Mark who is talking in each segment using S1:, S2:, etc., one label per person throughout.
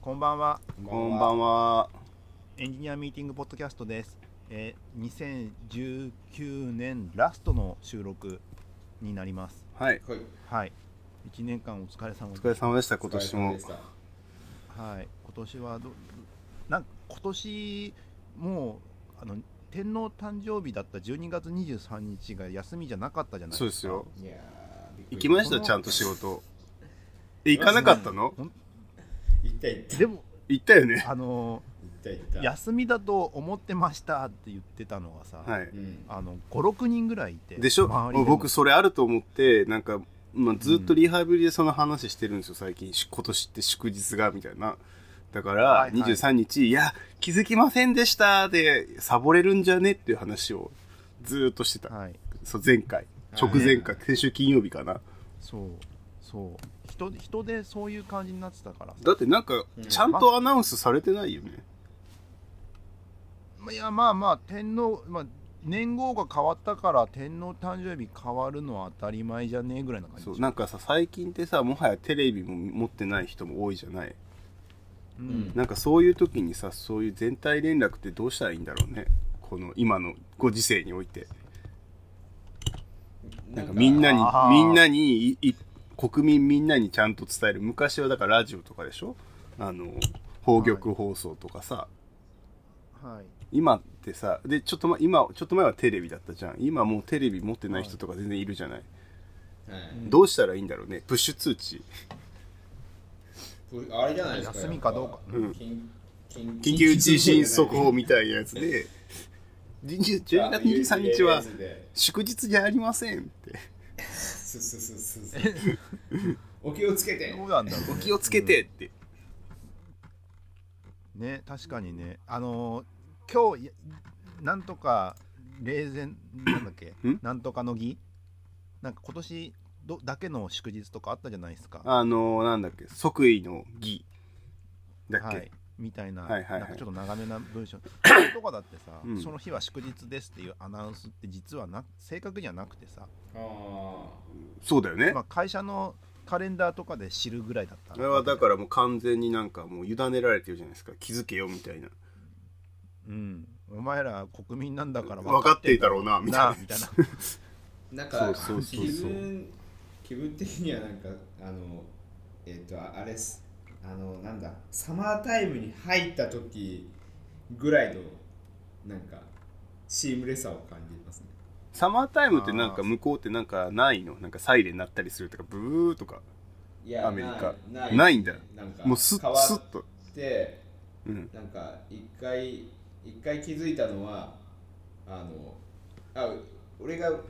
S1: こんばんは。
S2: こんばんは。
S1: エンジニアミーティングポッドキャストです。えー、2019年ラストの収録になります。
S2: はい。
S3: はい、
S1: はい。1年間お疲れ様
S2: お
S1: で
S2: 疲れ様でした、今年
S3: お疲れ様
S2: も
S3: で。した
S1: はい、今年はどなんか今年もうあの天皇誕生日だった12月23日が休みじゃなかったじゃないですか。
S2: そうですよ。
S3: いやーびっくり
S2: 行きました、
S1: この
S2: ちゃんと仕事。え、行かなかったの
S1: ほん
S3: 行った行った
S1: でも
S2: 行ったよね。
S1: あの
S3: 行った行った
S1: 休みだと思ってましたって言ってたのがさ、
S2: はい。
S3: うん
S1: あの56人ぐらいいて
S2: でしょ
S1: 周り
S2: もう僕、それあると思って、なんか、まあ、ずっとリハビリでその話してるんですよ、最近。し今年って祝日が、みたいな。だか
S1: は
S2: ら、
S1: いはい
S2: 23日、いや、気づきませんでしたで、サボれるんじゃねっていう話をずーっとしてた。
S1: はい、
S2: そう、前回。直前か、先週金曜日かな。
S1: そうそう人人でそういう感じになってたからさ
S2: だってなんか
S3: う、ん
S2: ちゃんとアナウンスされてないよね。
S1: いやまあまあ天皇、まあ、年号が変わったから天皇誕生日変わるのは当たり前じゃねえぐらいな感じでし
S2: そ
S1: ょ
S2: うなんかさ最近ってさもはやテレビも持ってない人も多いじゃない
S1: うん
S2: なんかそういう時にさそういう全体連絡ってどうしたらいいんだろうねこの今のご時世においてなんかみんなに
S1: あー
S2: みんなにいい国民みんなにちゃんと伝える昔はだからラジオとかでしょあの宝玉放送とかさ、
S1: はい
S2: 今ってさでちょっと、ま、今ちょっと前はテレビだったじゃん今もうテレビ持ってない人とか全然いるじゃない、
S3: はい
S2: どうしたらいいんだろうねプッシュ通知
S3: ぷあれじゃないですか
S1: 休みかどうか
S3: やっぱ
S2: うん
S3: 緊緊
S2: 緊急地震速
S3: 緊
S2: 報みたいなやつで12
S3: 急
S2: 月23日は
S3: あ USB で
S2: 祝日じゃありませんって
S3: すすすすすお気をつけて
S1: どうなんだろう、ね、
S2: お気をつけてって
S1: ね確かにねあのー今日やなんとか霊前なんだっけ
S2: ん
S1: なんとかの儀なんか今年どだけの祝日とかあったじゃないですか
S2: あのー、なんだっけ即位の儀だっけ、
S1: はいみたいな,、
S2: はいはいはい
S1: なんかちょっと長めな文 章それとかだってさ、
S2: うん
S1: その日は祝日ですっていうアナウンスって実はな正確にはなくてさ、
S3: あー
S2: そうだよね、
S1: まあ、会社のカレンダーとかで知るぐらいだった
S2: あれはだからもう完全になんかもう委ねられてるじゃないですか気づけよみたいな
S1: うん、お前ら国民なんだから
S2: 分かっていたろうなみたいな
S1: みたいな
S3: なんか
S2: そうそうそう
S3: 気
S2: そう
S3: 分気分的にはなんかあのえっ、とああれっすあのなんだサマータイムに入った時ぐらいのなんかシームレスさを感じますね
S2: サマータイムってなんか向こうってなんかないのなんかサイレン鳴ったりするとかブーとか
S3: いや
S2: アメリカ
S3: な
S2: ないんだ
S3: なんか
S2: もうスッ
S3: 変わ
S2: スッ
S3: っ
S2: と、
S3: て
S2: うん、
S3: なんか一回一回気づいたのはあのあ俺が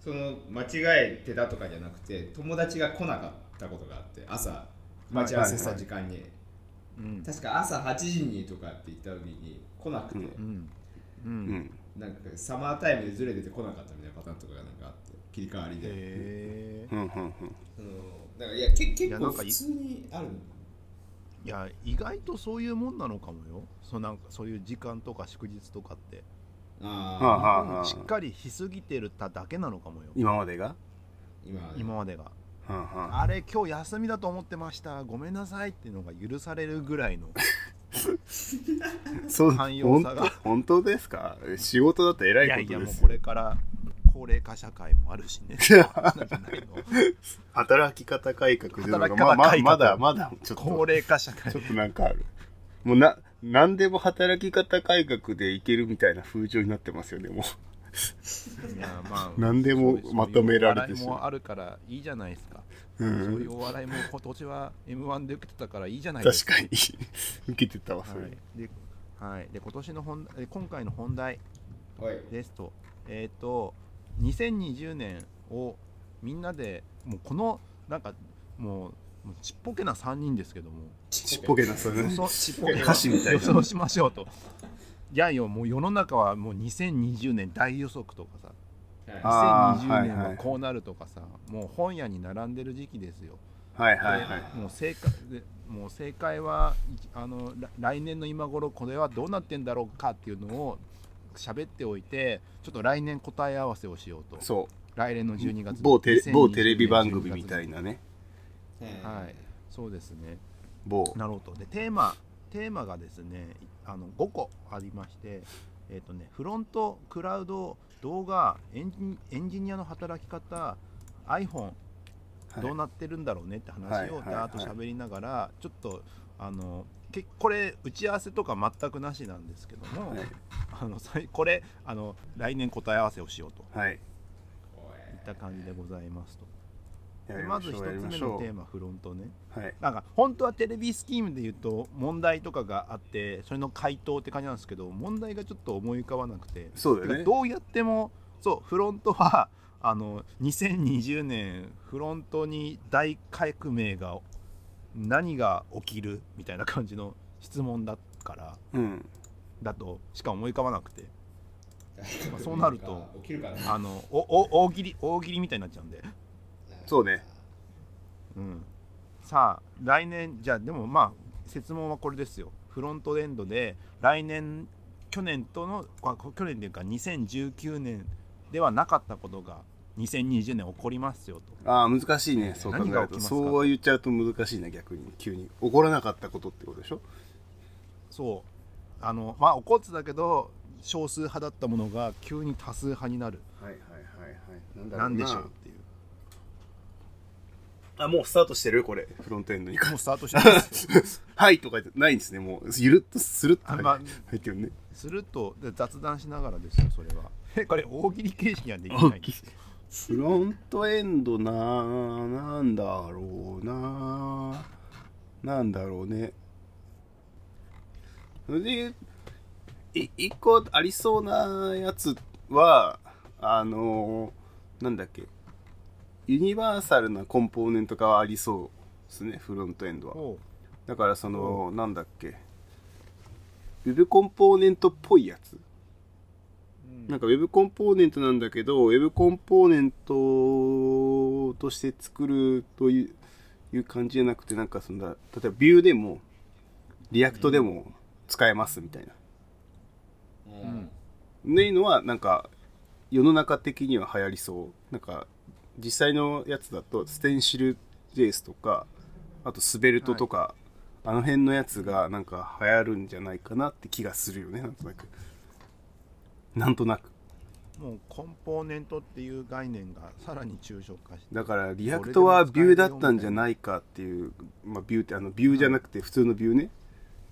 S3: その間違えてたとかじゃなくて友達が来なかったことがあって朝待ち合わせした時間に、
S1: うん
S3: 確か朝8時にとかって言った時に来なくて、
S2: う
S1: うんう
S2: うんん、
S3: なんかサマータイムでずれてて来なかったみたいなパターンとかがなんかあって切り替わりで、
S1: へ
S2: うんうんうん
S3: そのだからいやけ
S1: いや
S3: 結
S1: な
S3: 構
S1: んかい
S3: 普通にある
S1: えいや意外とそういうもんなのかもよそうなんかそういう時間とか祝日とかって
S3: あ
S2: はあ
S3: あ
S2: はあはあ
S1: しっかりしすぎてるただけなのかもよ
S2: 今までが、
S3: 今はね
S1: 今までが
S2: はんはん
S1: あれ今日休みだと思ってましたごめんなさいっていうのが許されるぐらいの
S2: そう
S1: 寛容さが
S2: 本当本当ですか仕事だって偉
S1: いや
S2: い
S1: い
S2: こ
S1: や
S2: とで
S1: もう
S2: す
S1: こ
S2: よ
S1: れから高齢化社会もあるし ねそんなんじゃないの
S2: 働き方改革というのが
S1: 働き方
S2: まあ
S1: 改革
S2: まだまだちょっ
S1: 高
S2: と
S1: 齢化社会
S2: ちょっとなんかあるもうな何でも働き方改革でいけるみたいな風潮になってますよねも
S1: いやまあ
S2: 何でも
S1: そうす
S2: まとめられてし
S1: そういうお笑い
S2: まう
S1: もあるからいいじゃないですか、
S2: う、う
S1: そうんい、うお笑いも今年は m 1で受けてたからいいじゃないです
S2: 確
S1: か
S2: かに 受けてたわそれ、
S1: はいで,、はい、で今年の本題え今回の本題
S3: はい
S1: ですとえっ、と2020年をみんなでもうこのなんかもうもうちっぽけな3人ですけども
S2: ちっぽけなそれ
S1: 予想
S2: 歌詞みたい
S1: 予
S2: な
S1: 想しましょう と。いやいやもう世の中はもう2020年大予測とかさ
S3: は
S2: あー
S1: 2020年
S2: はい
S1: は
S2: はい
S1: こうなるとかさ、もう本屋に並んでる時期ですよ。
S2: はいはいはい
S1: もう正解でもう正解はいあのら来年の今頃これはどうなってんだろうかっていうのを喋っておいてちょっと来年答え合わせをしようと
S2: そ
S1: 来年の12
S2: う
S1: 月
S2: 某テレ某テレビ番組み
S1: い
S2: たいなね
S3: い
S1: はいそうですね
S2: 某
S1: なろうとでテーマテーマがですねいあの5個ありまして、えっとね、フロントクラウド動画エンジエンジニアの働き方 iPhone
S2: はい
S1: どうなってるんだろうねって
S2: はい
S1: 話
S2: は
S1: を
S2: い
S1: だーっと喋りながらちょっとあのけこれ打ち合わせとか全くなしなんですけども、
S2: はい
S1: あのさいこれあの来年答え合わせをしようと
S2: はい
S1: いっ
S3: おい
S1: た感じでございますと。
S2: や
S1: で
S2: り
S1: ま
S2: ま
S1: ず
S2: し
S1: 一
S2: ょうやり
S1: つ
S2: ま
S1: 目
S2: し
S1: の
S2: ょ
S1: テー
S2: う
S1: マフロントね
S2: はい
S1: なんか本当はテレビスキームで言うと問題とかがあってそれの回答って感じなんですけど問題がちょっと思い浮かばなくて
S2: そうだよ
S1: て
S2: ね
S1: かどうやってもそうフロントはあの2020年フロントに大革命が何が起きるみたいな感じの質問だから
S2: うん
S1: だとしか思い浮かばなくてまあそうなると
S3: 起きるかな
S1: あのおお大喜利大喜利みたいになっちゃうんで
S2: そうね
S1: うん、さあ来年じゃあでもまあ説問はこれですよフロントエンドで来年去年とのあ去年というか2019年ではなかったことが2020年起こりますよと
S2: ああ難しいねそう考え
S1: 何が
S2: る
S1: 起き
S2: と
S1: ますか
S2: そう言っちゃうと難しいな逆に急に起こらなかったことってことでしょ
S1: そうあのまあ起こってたけど少数派だったものが急に多数派になる
S2: はいはいはいはいなん
S1: なんでしょうっていう
S2: あもうスタートしてる これフロントエンドに
S1: もうスタートして ますよ
S2: はいとかじゃないんですねもうゆるっとするっと入,、
S1: あまあ
S2: 入ってるね
S1: するとで雑談しながらですよそれはえこれ大喜利形式にはできないんですよ
S2: フロントエンドななんだろうななんだろうねそれでい一個ありそうなやつはあのなんだっけユニバーサルなコンポーネントがありそうですねフロントエンドは
S1: おう
S2: だからそのなんだっけ Web コンポーネントっぽいやつなんか Web コンポーネントなんだけど Web コンポーネントとして作るといういう感じじゃなくてなんかそんな例えばビューでもリアクトでも使えますみたいな、
S3: うん
S1: うん
S2: ねいうのはなんか世の中的には流行りそうなんか実際のやつだとステンシル JS とかあとスベルトとか、あの辺のやつがなんか流行るんじゃないかなって気がするよねなんとなくなんとなく
S1: もうコンポーネントっていう概念がさらに抽象化して
S2: だからリアクトはビューだったんじゃないかっていう、まあ、ビューってあのビューじゃなくて普通のビューね、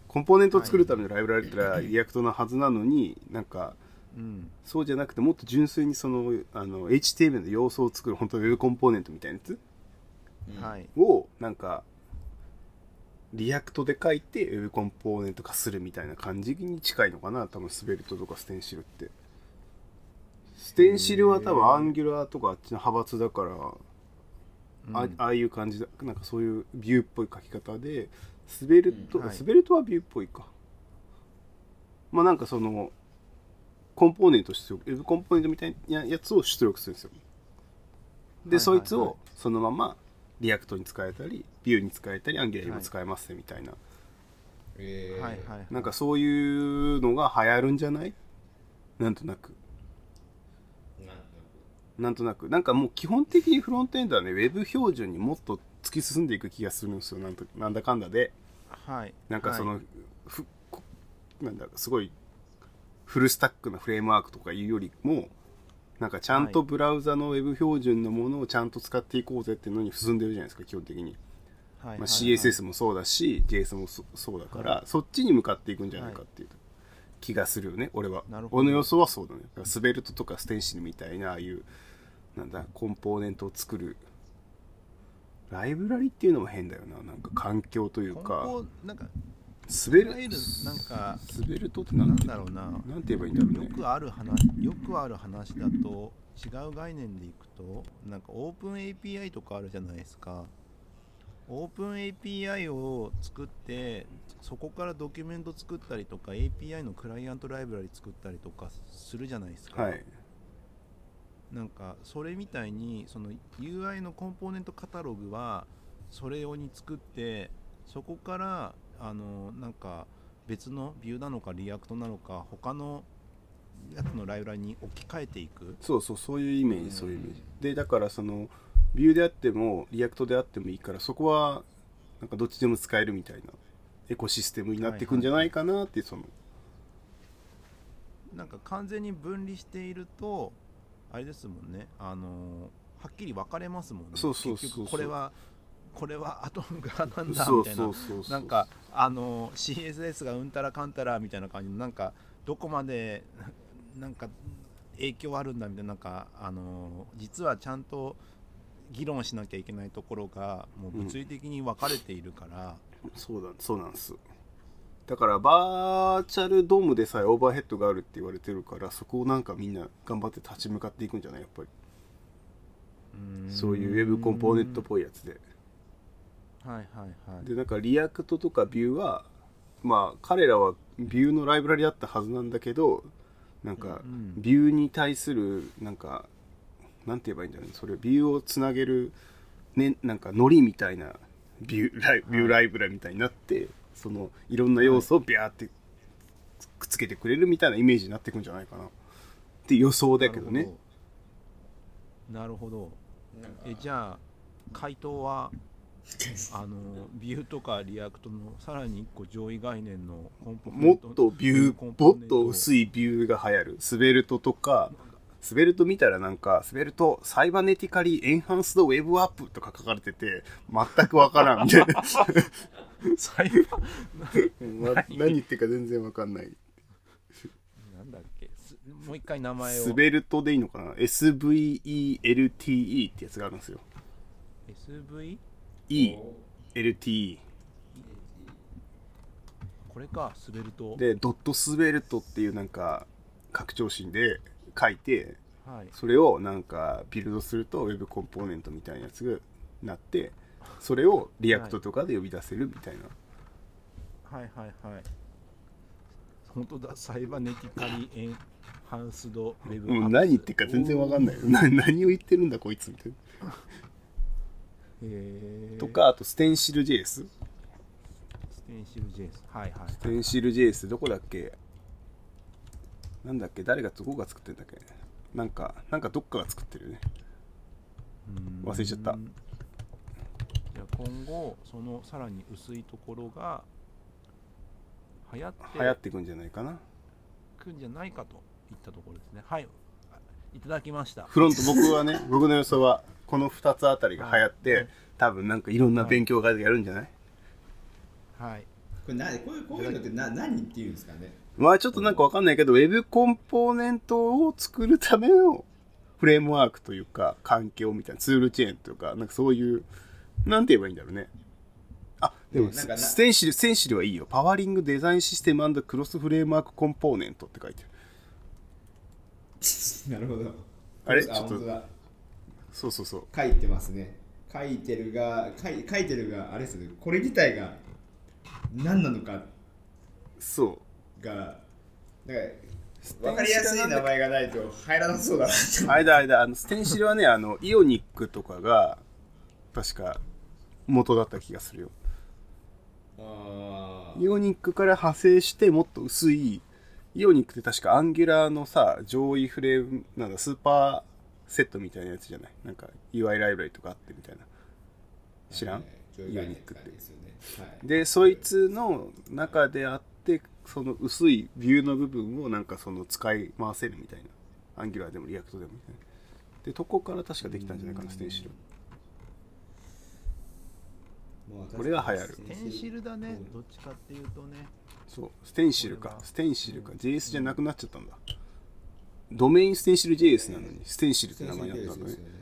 S2: コンポーネントを作るためのライブラリがリアクトなはずなのになんか
S1: うん
S2: そうじゃなくてもっと純粋にそのあの HTML の要素を作る本当のウェブコンポーネントみたいなやつ
S3: うん
S1: はい
S2: をなんかリアクトで書いてウェブコンポーネント化するみたいな感じに近いのかな多分スベルトとかステンシルってステンシルは多分アンギュラーとかあっちの派閥だからあ
S1: うん
S2: ああいう感じだなんかそういうビューっぽい書き方でスベルト、
S1: うんはい
S2: スベルトはビューっぽいかまあなんかそのコンポーネント出力ウェブコンポーネントみたいなやつを出力するんですよで、
S1: はい
S2: そいつ
S1: はいは
S2: をそのままリアクトに使えたりビューに使えたりアンギュラーにも使えますねみたいな、
S3: えー
S1: はいはいはい
S2: なんかそういうのが流行るんじゃないなんとなく
S3: なんか
S2: なんとなくなんかもう基本的にフロントエンドはねウェブ標準にもっと突き進んでいく気がするんですよなんとなんだかんだで
S1: はい
S2: なんかその、
S1: はい
S2: ふこなんだすごいフルスタックなフレームワークとかいうよりもなんかちゃんと
S1: は
S2: ブラウザのウェブ標準のものをちゃんと使っていこうぜっていうのに進んでるじゃないですか基本的に、
S1: はいはい
S2: ま
S1: は
S2: あ、
S1: い
S2: CSS もそうだし JS もそそうだから、
S1: は
S2: そっちに向かっていくんじゃないかっていう気がするよね俺は
S1: なるほど
S2: 俺の予想はそうだねだからスベルトとかステンシルみたいなああいうなんだコンポーネントを作るライブラリっていうのも変だよななんか環境という
S1: コン
S2: か
S1: ポなんか
S2: スベ
S1: い
S2: ル
S1: わゆるなんか
S2: スベルトって
S1: な
S2: なん
S1: ん
S2: て
S1: だろうな
S2: なんて言えばいいんだろう
S1: よ
S2: ね。
S1: くある話よくある話だと違う概念でいくとなんかオープン API とかあるじゃないですかオープン API を作ってそこからドキュメント作ったりとか API のクライアントライブラリ作ったりとかするじゃないですか、
S2: はい。
S1: なんかそれみたいにその UI のコンポーネントカタログはそれ用に作ってそこからあのなんか別のビューなのかリアクトなのか他のやつのライブラリに置き換えていく
S2: そうそう、そういうイメージ、そういうイメージ。で、だからその、ビューであっても、リアクトであってもいいから、そこはなんかどっちでも使えるみたいなエコシステムになっていくんじゃないかなっていうその
S1: なんか完全に分離しているとあれですもんねあのはっきり分かれますもんね
S2: そうそうそうそ
S1: 結
S2: う
S1: 局これはこれはアトムがなんだ
S2: そ
S1: み
S2: う
S1: たい
S2: そ
S1: な
S2: うそうそう
S1: なんかあの CSS がうんたらかんたらみたいな感じのなんかどこまで なんか影響あるんだみたいななんかあの実はちゃんと議論しなきゃいけないところがもう物理的に分かれているから、
S2: そうだそうなんですだからバーチャルドームでさえオーバーヘッドがあるって言われてるからそこをなんかみんな頑張って立ち向かっていくんじゃないやっぱり
S1: ーん
S2: そういうウェブコンポーネントっぽいやつで
S1: はいはいはい
S2: でなんかリアクトとかビューはまあ彼らはビューのライブラリだったはずなんだけどなんか
S1: うん
S2: ビューに対するなんかなんて言えばいいんだろうねそれビューをつなげる、ね、なんかノリみたいなビューライビューライブラリみたいになってそのいろんな要素をビャーってくっつけてくれるみたいなイメージになってくんじゃないかなって予想だけどね
S1: なるほど
S3: なんか
S1: えじゃあ回答はあのビューとかリアクトのさらに一個上位概念のコンポーネ
S2: も
S1: ン
S2: っ
S1: ト
S2: とビュ
S1: コン
S2: ー
S1: ポー
S2: も
S1: ネ
S2: っ
S1: ント
S2: と薄いビューが流行るスベルトとかスベルト見たらなんか、スベルト、サイバネティカリーエンハンスドウェブアップとか書かれてて、全くわからんみたいな。
S1: サイバー
S2: ま何言ってるか全然わかんない。
S1: なんだっけすもう一回名前を
S2: スベルトでいいのかな ?SVELTE ってやつがあるんですよ。
S1: SV?
S2: ELTE。LTE
S1: これかスベルト
S2: で、ドットスベルトっていうなんか、拡張子で書いて、
S1: はい、
S2: それをなんかビルドすると Web コンポーネントみたいなやつがなって、それをリアクトとかで呼び出せるみたいな。
S1: はいはいはい本当だサイバネティカリエンハンスドウェブ
S2: もう何言ってるか全然わかんないよな 何を言ってるんだこいつみたいな、
S1: へー
S2: とかあとステンシル JS ス
S1: ステンシル JS はいはい
S2: テンシル JS どこだっけなんだっけ誰がどこが作ってんだっけなんかなんかどっかが作ってるよね
S1: うん
S2: 忘れちゃった
S1: じゃあ今後そのさらに薄いところが流行って
S2: 流行っていくんじゃないかな
S1: くんじゃないかといったところですねはいあいただきました
S2: フロント僕はね僕の予想はこの2つあたりが流行って多分なんかいろんな勉強会やるんじゃない
S1: はい
S3: これなこういうこういうのってな何っていうんですかね
S2: まあちょっとなんかわかんないけど Web コンポーネントを作るためのフレームワークというか環境みたいなツールチェーンというかなんかそういうなんて言えばいいんだろうねあでも
S3: ねな
S2: ス
S3: んかな
S2: ステンシルステンシルはいいよパワーリングデザインシステムクロスフレームワークコンポーネントって書いてる
S3: なるほど
S2: あれ
S3: あ
S2: ちょっと
S3: 本当だ
S2: そうそうそう
S3: 書いてますね書いてるが書い書いてるがあれですねこれ自体が何なのか
S2: そう
S3: がなんか分かりやすい名前がないと入らなそうだなって
S2: あれだあれだあのステンシルはねあのイオニックとかが確か元だった気がするよ
S3: あ
S2: イオニックから派生してもっと薄いイオニックって確かアンギュラーのさ上位フレームなんだスーパーセットみたいなやつじゃないなんか UI ライブラリとかあってみたいな知らん、
S3: 上位概念って感じですよねはい
S2: でそいつの中であってその薄いビューの部分をなんかその使い回せるみたいなアンギュラーでもリアクトでもみたいなでとこから確かできたんじゃないかなステンシル
S3: まあ
S2: これが流行る
S1: ステンシルだねどっちかっていうとね
S2: そうステンシル
S1: こ
S2: か
S1: れは
S2: ステンシルか JS じゃなくなっちゃったんだドメインステンシル JS なのにステンシルっ
S3: ス
S2: て
S3: テン
S2: 名
S3: シ
S2: 前
S3: ル
S2: だったんだ
S3: です
S2: ね
S3: よね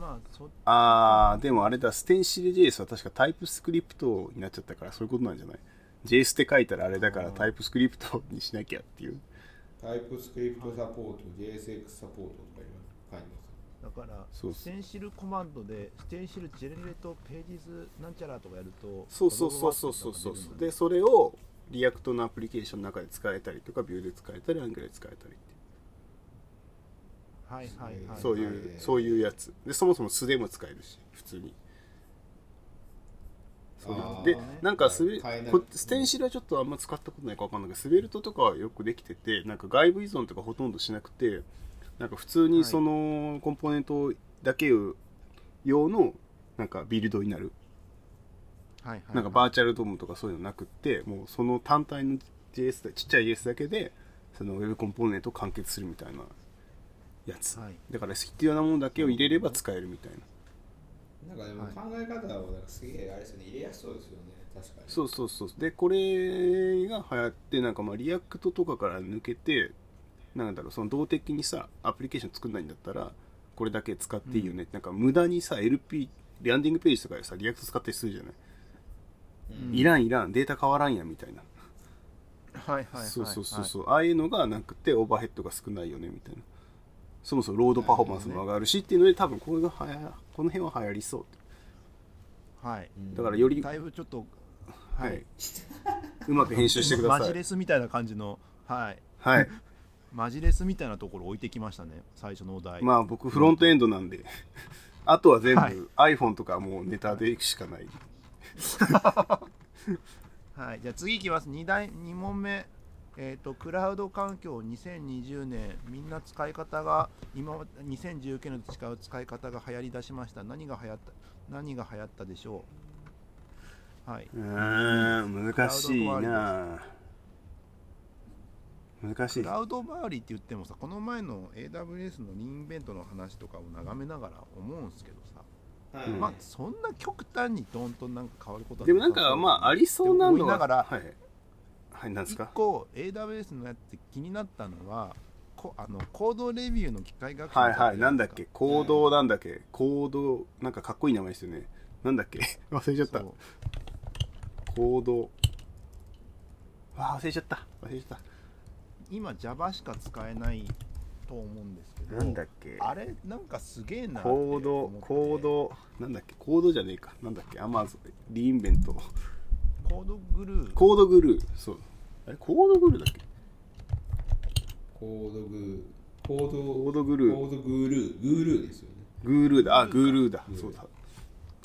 S1: まあそ
S2: あーでもあれだステンシル JS は確かタイプスクリプトになっちゃったからそういうことなんじゃない JS って書いたらあれだからタイプスクリプトにしなきゃっていう
S3: タイプスクリプトサポート JSX サポートとか今書いてます
S1: だから
S2: そう
S1: ステンシルコマンドでステンシルジェネレートページズなんちゃらとかやると
S2: そうそうそうそうそうそう
S1: この
S2: でそれをリアクトのアプリケーションの中で使えたりとかビューで使えたりアングルで使えたりって
S1: はいはいはい、はい、
S2: そうい
S3: はいう
S2: そういうやつでそもそも素でも使えるし普通にそう
S3: あー
S2: でなんかスベ
S3: 買えない
S2: こステンシルはちょっとあんま使ったことないか分かんないけどスベルトとかはよくできててなんか外部依存とかほとんどしなくてなんか普通にそのコンポーネントだけ用のなんかビルドになる、
S1: はいはい、
S2: なんかバーチャルドームとかそういうのなくってもうその単体の JS だちっちゃい JS だけでその Web コンポーネントを完結するみたいなやつ、
S1: はい
S2: だから必要なものだけを入れれば使えるみたい
S3: な
S2: な
S3: んかでも
S1: はい
S3: 考え方はなんかすげえあれですよね入れやすそうですよね確かに
S2: そうそうそうでこれが流行ってなんかまあリアクトとかから抜けてなんだろうその動的にさアプリケーション作んないんだったらこれだけ使っていいよね、なんか無駄にさ LP ランディングページとかでさリアクト使ったりするじゃない、
S1: うん
S2: いらんいらんデータ変わらんやみたいな、
S1: はいはいはい
S2: そうそうそう
S1: う
S2: そう、ああいうのがなくてオーバーヘッドが少ないよねみたいなそもそもロードパフォーマンスも上がるしっていうので多分これがはやこの辺は流行りそう
S1: はい、
S2: だからより、
S1: だいぶちょっと
S2: は
S1: はい
S2: い、うまく編集してくだ
S1: マ
S2: さ
S1: ジ
S2: い
S1: レスみたいな感じのはい
S2: はい
S1: マジレスみたいなところ置いてきましたね最初のお題、
S2: まあ僕フロントエンドなん で、あとは全
S1: はい
S2: 部 iPhone とかもうネタでしかない。
S1: はい、じゃあ次いきます2題二問目えー、とクラウド環境2020年みんな使い方が今ま2019年と違う使い方が流行り出しました何が流行った何が流行ったでしょうはいう
S2: ーん、難しいな難しい
S1: ク。ラウド周りって言ってもさこの前の AWS のリインベントの話とかを眺めながら思うんですけどさ、
S3: はい、
S2: うん
S1: まあそんな極端にどんとなんか変わることは
S2: でもなんかまあありそうな
S1: って思
S2: の
S1: いながら
S2: はい、はい、なんです
S1: 一
S2: か
S1: 個 AWS のやつで気になったのはこあのコードレビューの機械学習
S2: はいはい、なんだっけ
S1: け
S2: 行動なんだっけ行動、なんかかっこいい名前ですよね。なんだっけ 忘れちゃった。行動。わあ、忘れちゃった。忘れちゃっ
S1: 今 Java しか使えないと思うんですけ
S2: た。
S1: ど
S2: なんだっけ
S1: あれなんかすげえなって思っ
S2: コー
S1: て
S2: ド、コード、なんだっけ、コードじゃねえか、なんだっけ、アマゾン、リインベント、
S1: コードグルー
S2: コードグルー、そう。あれ、コードグルーだっけ
S3: コードグーコード
S2: コードグル
S3: コ
S2: ー、
S3: ードグルーグルーですよね
S2: グールーだ、あ、グールーだ
S3: グー、ルー
S2: そうだ。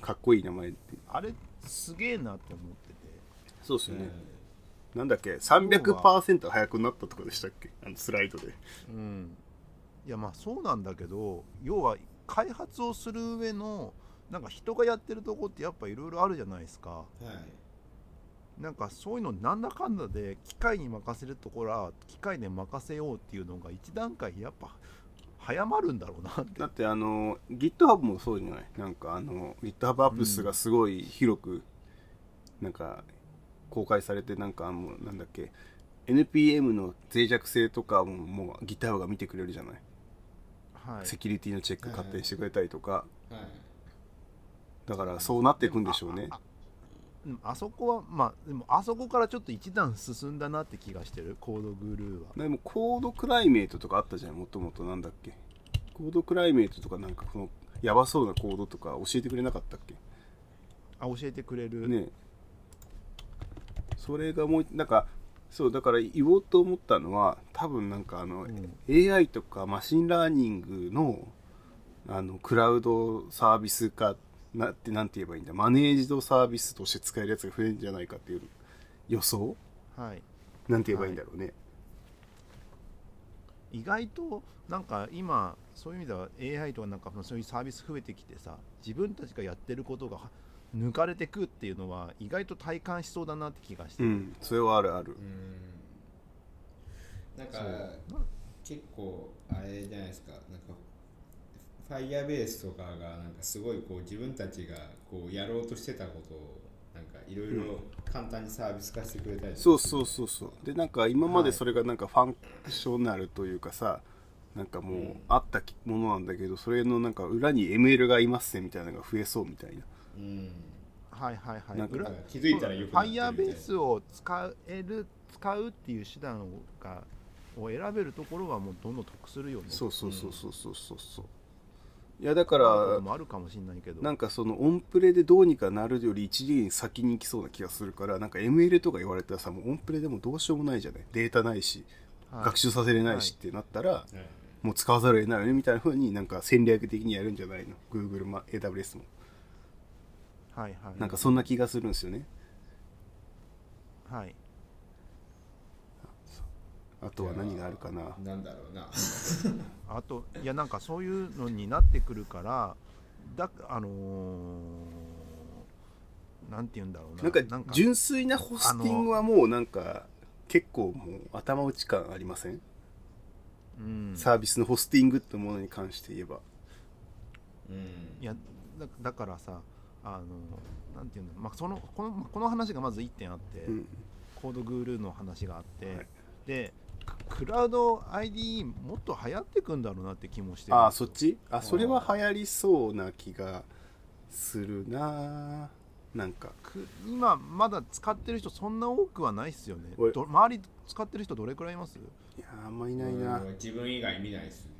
S2: かっこいい名前って。
S1: あれすげえなって思ってて
S2: そうです
S3: うん。
S2: なんだっけ、300%速くなったとかでしたっけ、あのスライドで。
S1: うん、いやまあそうなんだけど要は開発をする上のなんか人がやってるとこってやっぱいろいろあるじゃないですか
S3: はい
S1: なんかそういうのなんだかんだで機械に任せるところは機械で任せようっていうのが一段階やっぱ早まるんだろうなって
S2: だって、あの、GitHub もそうじゃないなんか、あの、GitHub アップスがすごい広く、なんか、公開されて、なんか、あのなんだっけ、NPM の脆弱性とかも、もう GitHub が見てくれるじゃない
S1: はい
S2: セキュリティのチェック
S3: はいはい
S2: 勝手にしてくれたりとか、
S3: はい
S2: だからそうなっていくんでしょうね
S1: あ。うんあそこはまあでもあそこからちょっと一段進んだなって気がしてるコードグルーは
S2: でもコードクライメートとかあったじゃん、もともとなんだっけ。コードクライメートとかなんかこのやばそうなコードとか教えてくれなかったっけ
S1: あ教えてくれる、
S2: ねえそれがもう、なんか、そう、だから言おうと思ったのは、多分なんかあの、
S1: うん
S2: AI とかマシンラーニングのあのクラウドサービス化なってなんて言えばいいんだマネージドサービスとして使えるやつが増えるんじゃないかっていう予想
S1: はい
S2: なんて言えばいいんだろうね、
S1: 意外となんか今そういう意味では AI とかなんかそういうサービス増えてきてさ自分たちがやってることがは抜かれてくっていうのは意外と体感しそうだなって気がして
S2: う
S1: る、
S2: んそれはあるある
S3: うんなん
S1: そう
S3: か結構あれじゃないですかなんかファイヤーベースとかがなんかすごいこう自分たちがこうやろうとしてたことをなんかいろいろ簡単にサービス化してくれたりとか
S2: そうそうそうそうでなんか今までそれがなんかファンクショナルというかさなんかもうあったきものなんだけどそれのなんか裏に ML がいますねみたいなのが増えそうみたいな
S3: うん
S1: はいはいはい
S2: なんか
S1: 裏
S3: なんか気づいたらよく
S1: フ
S3: な
S1: ァ
S3: ってる
S1: イ
S3: みた
S1: ヤー
S3: いな
S1: ベースを使える使うっていう手段がを選べるところはもうどんどん得するよね
S2: そううそうそうそうそうそうそういやだから
S1: こともあるかもしれないけど
S2: なんかそのオンプレでどうにかなるより一時に先に行きそうな気がするからなんか ML とか言われたらさもうオンプレでもどうしようもないじゃないデータないし、
S1: はい
S2: 学習させれないしってなったら、
S3: はい
S2: もう使わざるを得ないよねみたいな風になんか戦略的にやるんじゃないの Google も AWS も
S1: はいはい
S2: なんかそんな気がするんですよね
S1: はい
S2: あとは何があるかな
S3: なんだろうな
S1: あといやなんかそういうのになってくるからだあのーなんて言うんだろうな
S2: なんか純粋なホスティングはもうなんか結構もう頭打ち感ありません、
S1: うん、
S2: サービスのホスティングってものに関して言えば
S1: いやだだからさあのなんていうんだろう、まあ、そのこのまあこの話がまず1点あって、
S2: うん
S1: コードグルーの話があって、
S2: はい
S1: でクラウド ID もっと流行ってくんだろうなって気もしてる
S2: ああそっちあ
S1: ん
S2: それは流行りそうな気がするななんか
S1: く今まだ使ってる人そんな多くはないっすよね
S2: おい
S1: ど周り使ってる人どれくらいいます
S2: いやーあんまい
S3: い
S2: ないな
S3: 自分以外見ないですね、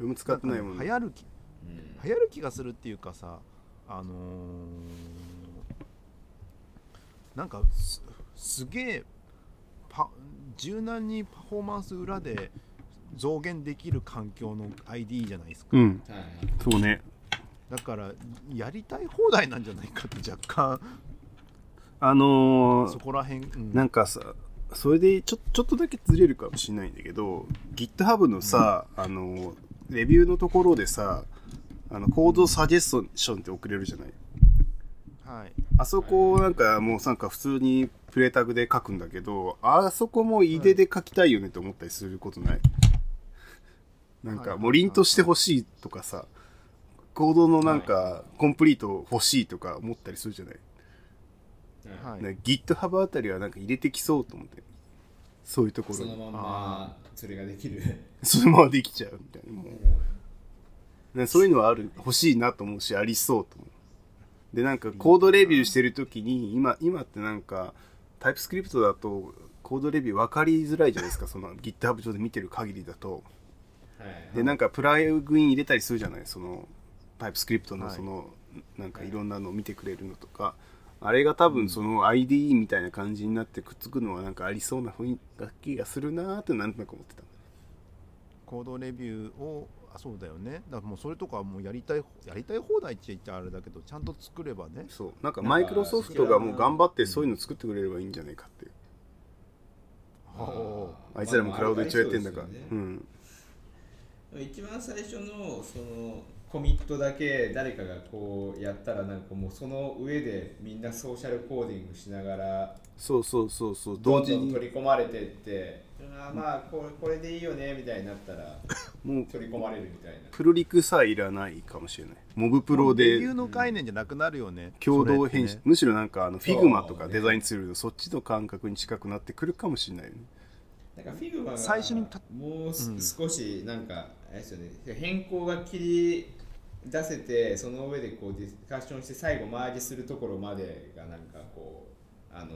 S2: 俺も使ってないもん
S1: んかね流行る気
S3: うん
S1: 流行る気がするっていうかさあのーなんかすすげえパ柔軟にパフォーマンス裏で増減できる環境の ID じゃないですか、
S2: うん
S3: はいはい
S2: そうね
S1: だからやりたい放題なんじゃないかって若干
S2: あの
S1: そこら辺、うん
S2: なんかさそれでちょちょっとだけずれるかもしれないんだけど GitHub のさ、あのレビューのところでさあのコードサジェスションって送れるじゃない
S1: はい
S2: あそこなんかもうなんか普通にプレタグで書くんだけどあそこもイデで書きたいよねと思ったりすることない、なんかもう凛としてほしいとかさコードのなんかコンプリート欲しいとか思ったりするじゃない
S3: はい
S1: はい、
S2: ね GitHub あたりはなんか入れてきそうと思ってそういうところ
S3: その
S2: に
S3: まんまそれができる
S2: そのままできちゃうみたいなもうねそういうのはある欲しいなと思うしありそうと思うでなんかコードレビューしてる時に今今ってなんかタイプスクリプトだとコードレビュー分かりづらいじゃないですかその GitHub 上で見てる限りだと
S3: はい
S2: でなんかプラグイン入れたりするじゃないそのタイプスクリプトの
S1: はい
S2: その、なんかいろんなのを見てくれるのとかあれが多分その IDE みたいな感じになってくっつくのはなんかありそうな雰囲気がするなーってなんとなく思ってた
S1: コードレビューをあそうだよねだからもうそれとかはもうやりたいやりたい放題って言っちゃあれだけどちゃんと作ればね
S2: そうなんかマイクロソフトがもう頑張ってそういうの作ってくれればいいんじゃないかっていう
S1: は
S2: あいつらもクラウド一応やってんだから
S3: まあまああり
S2: う
S3: そうんですよね一番最初のそのコミットだけ誰かがこうやったらなんかもうその上でみんなソーシャルコーディングしながら
S2: そうそうそうそう
S3: どん
S2: 同
S3: ど
S2: 時
S3: ん
S2: に
S3: 取り込まれてってあーまあこれこれでいいよねみたいになったら
S2: もう
S3: 取り込まれるみたいな
S2: プロリクさえいらないかもしれないモブプ
S1: プ
S2: ロ
S1: レ
S2: で
S1: ビューの概念じゃなくなるよね
S2: 共同
S1: それ
S2: 編
S1: っ
S2: 集、
S1: てね
S2: むしろなんかあのフ
S3: そう
S2: ィグマとかデザインツールのそっちの感覚に近くなってくるかもしれないよね
S3: なんかフィグマが
S1: 最初にた
S3: もうす
S1: うん
S3: 少しなんかあれですよね変更が切り出せてその上でこうディスカッションして最後マージするところまでがなんかこうあのなん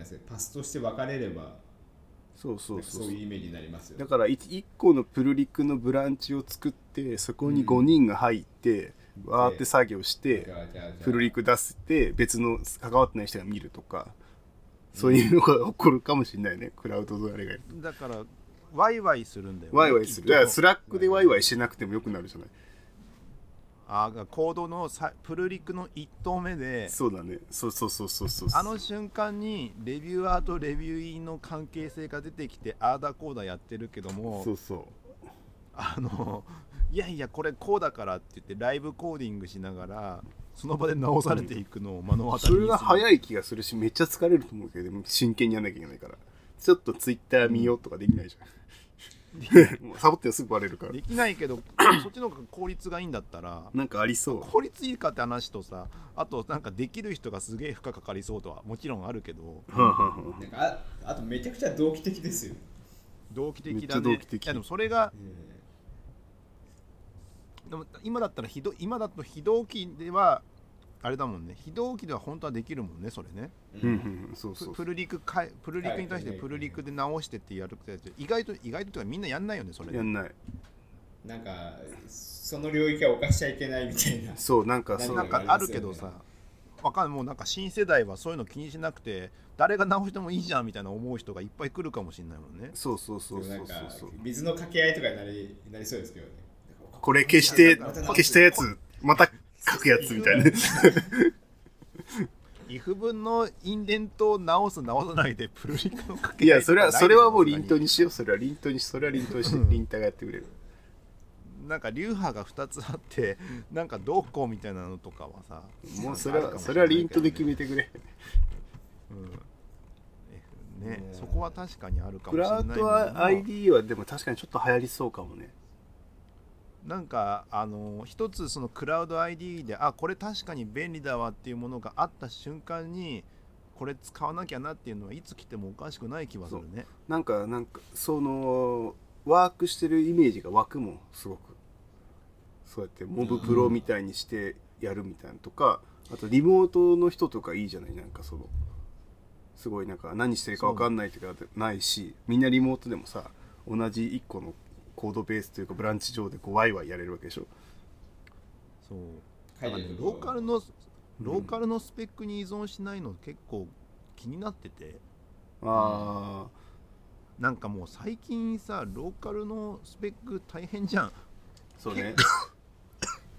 S3: ですかパスとして分かれれば
S2: そうそ
S3: なん
S2: う
S3: か
S2: そ
S3: そうういうイメージになりますよね
S2: だから1個のプルリクのブランチを作ってそこに5人が入って、わーって作業して、
S3: じゃあじゃあじゃあ
S2: プルリク出して別の関わってない人が見るとかそういうのが起こるかもしれないねクラウドあれがやる
S1: だからワイワイするんだよね
S2: ワイワイす
S1: きっ
S2: る
S1: と
S2: だからスラックでワイワイしなくてもよくなるじゃない
S1: あがコードのさプルリクの1投目で
S2: そうだねそうそうそうそうそう
S1: あの瞬間にレビューアーとレビュー員の関係性が出てきてああだこうだやってるけども
S2: そうそ
S1: あのいやいやこれこうだからって言ってライブコーディングしながらその場で直されていくのを目の
S2: う
S1: 当た
S2: そ
S1: りにする
S2: れが早い気がするしめっちゃ疲れると思うけどでも真剣にやんなきゃいけないからちょっとツイッター見ようとかできないじゃ んもうサボってすぐバレるから
S1: できない けどそっちの方が効率がいいんだったら
S2: なんかありそう
S1: 効率いいかって話とさあとなんかできる人がすげえ負荷かかりそうとはもちろんあるけど
S2: はんはんはん
S3: なんかああとめちゃくちゃ同期的ですよ、
S1: 同期的
S2: め
S1: だ
S2: っちゃ同
S1: ね
S2: 期的
S1: いやでもそれが
S3: え
S1: でも今だったら非同今だと非同期ではあれだもんね非同期では本当はできるもんねそれね
S3: え
S2: うんうんうんそう
S1: プ
S2: そう
S1: プルリクかえプルリクに対してプルリクで直してってやるってやつ意外と意外とというかみんなやんないよねそれね
S2: やんない
S3: なんかその領域は犯しちゃいけないみたいな
S2: そうなんかそう
S1: なんかあるけどさ
S3: やりま
S1: わかんないもうなんか新世代はそういうの気にしなくて誰が直してもいいじゃんみたいな思う人がいっぱい来るかもしれないもんね
S2: そうそうそう
S3: でも
S2: そ
S3: な
S2: うん
S3: か
S2: そうそう
S3: 水の掛け合いとかになりなりそうですけどね
S2: これ消して
S3: また
S2: 消したやつまた書くやつみたいな
S1: if 分のインデントを直す直さないでプルリクのかけ
S2: いやそれはそれはもう
S1: リ
S2: 凛
S1: ン
S2: 当
S1: ト
S2: にしようそれは凛当にしそれは凛当にして凛太がやってくれる
S1: なんか流派が2つあってなんかどうこうみたいなのとかはさ
S2: もうそ
S1: あ
S2: れ
S1: るか
S2: は
S1: もし
S2: そ
S1: ないけどね
S2: れはリントで決めてくれ
S1: うんね
S3: ね
S1: そこは確かにあるかも
S2: ク
S1: しれないも
S2: ラ
S1: ん
S2: ウ
S1: な
S2: ドは ID はでも確かにちょっと流行りそうかもね
S1: なんかあの一つそのクラウド ID であこれ確かに便利だわっていうものがあった瞬間にこれ使わなきゃなっていうのはいつ来てもおかしくない気はするね
S2: なんかなんかそのワークしてるイメージが湧くもんすごくそうやってモブプロみたいにしてやるみたいなのとか、あとリモートの人とかいいじゃないなんかそのすごいなんか何してるか分かんないとかないしみんなリモートでもさ同じ1個のコードベースというかブランチ上でこうワイワイやれるわけでしょ
S1: そう
S3: 書いてるとこ
S1: ローカルのローカルのスペックに依存しないの結構気になってて
S2: あ
S1: なんかもう最近さローカルのスペック大変じゃん
S2: あそうね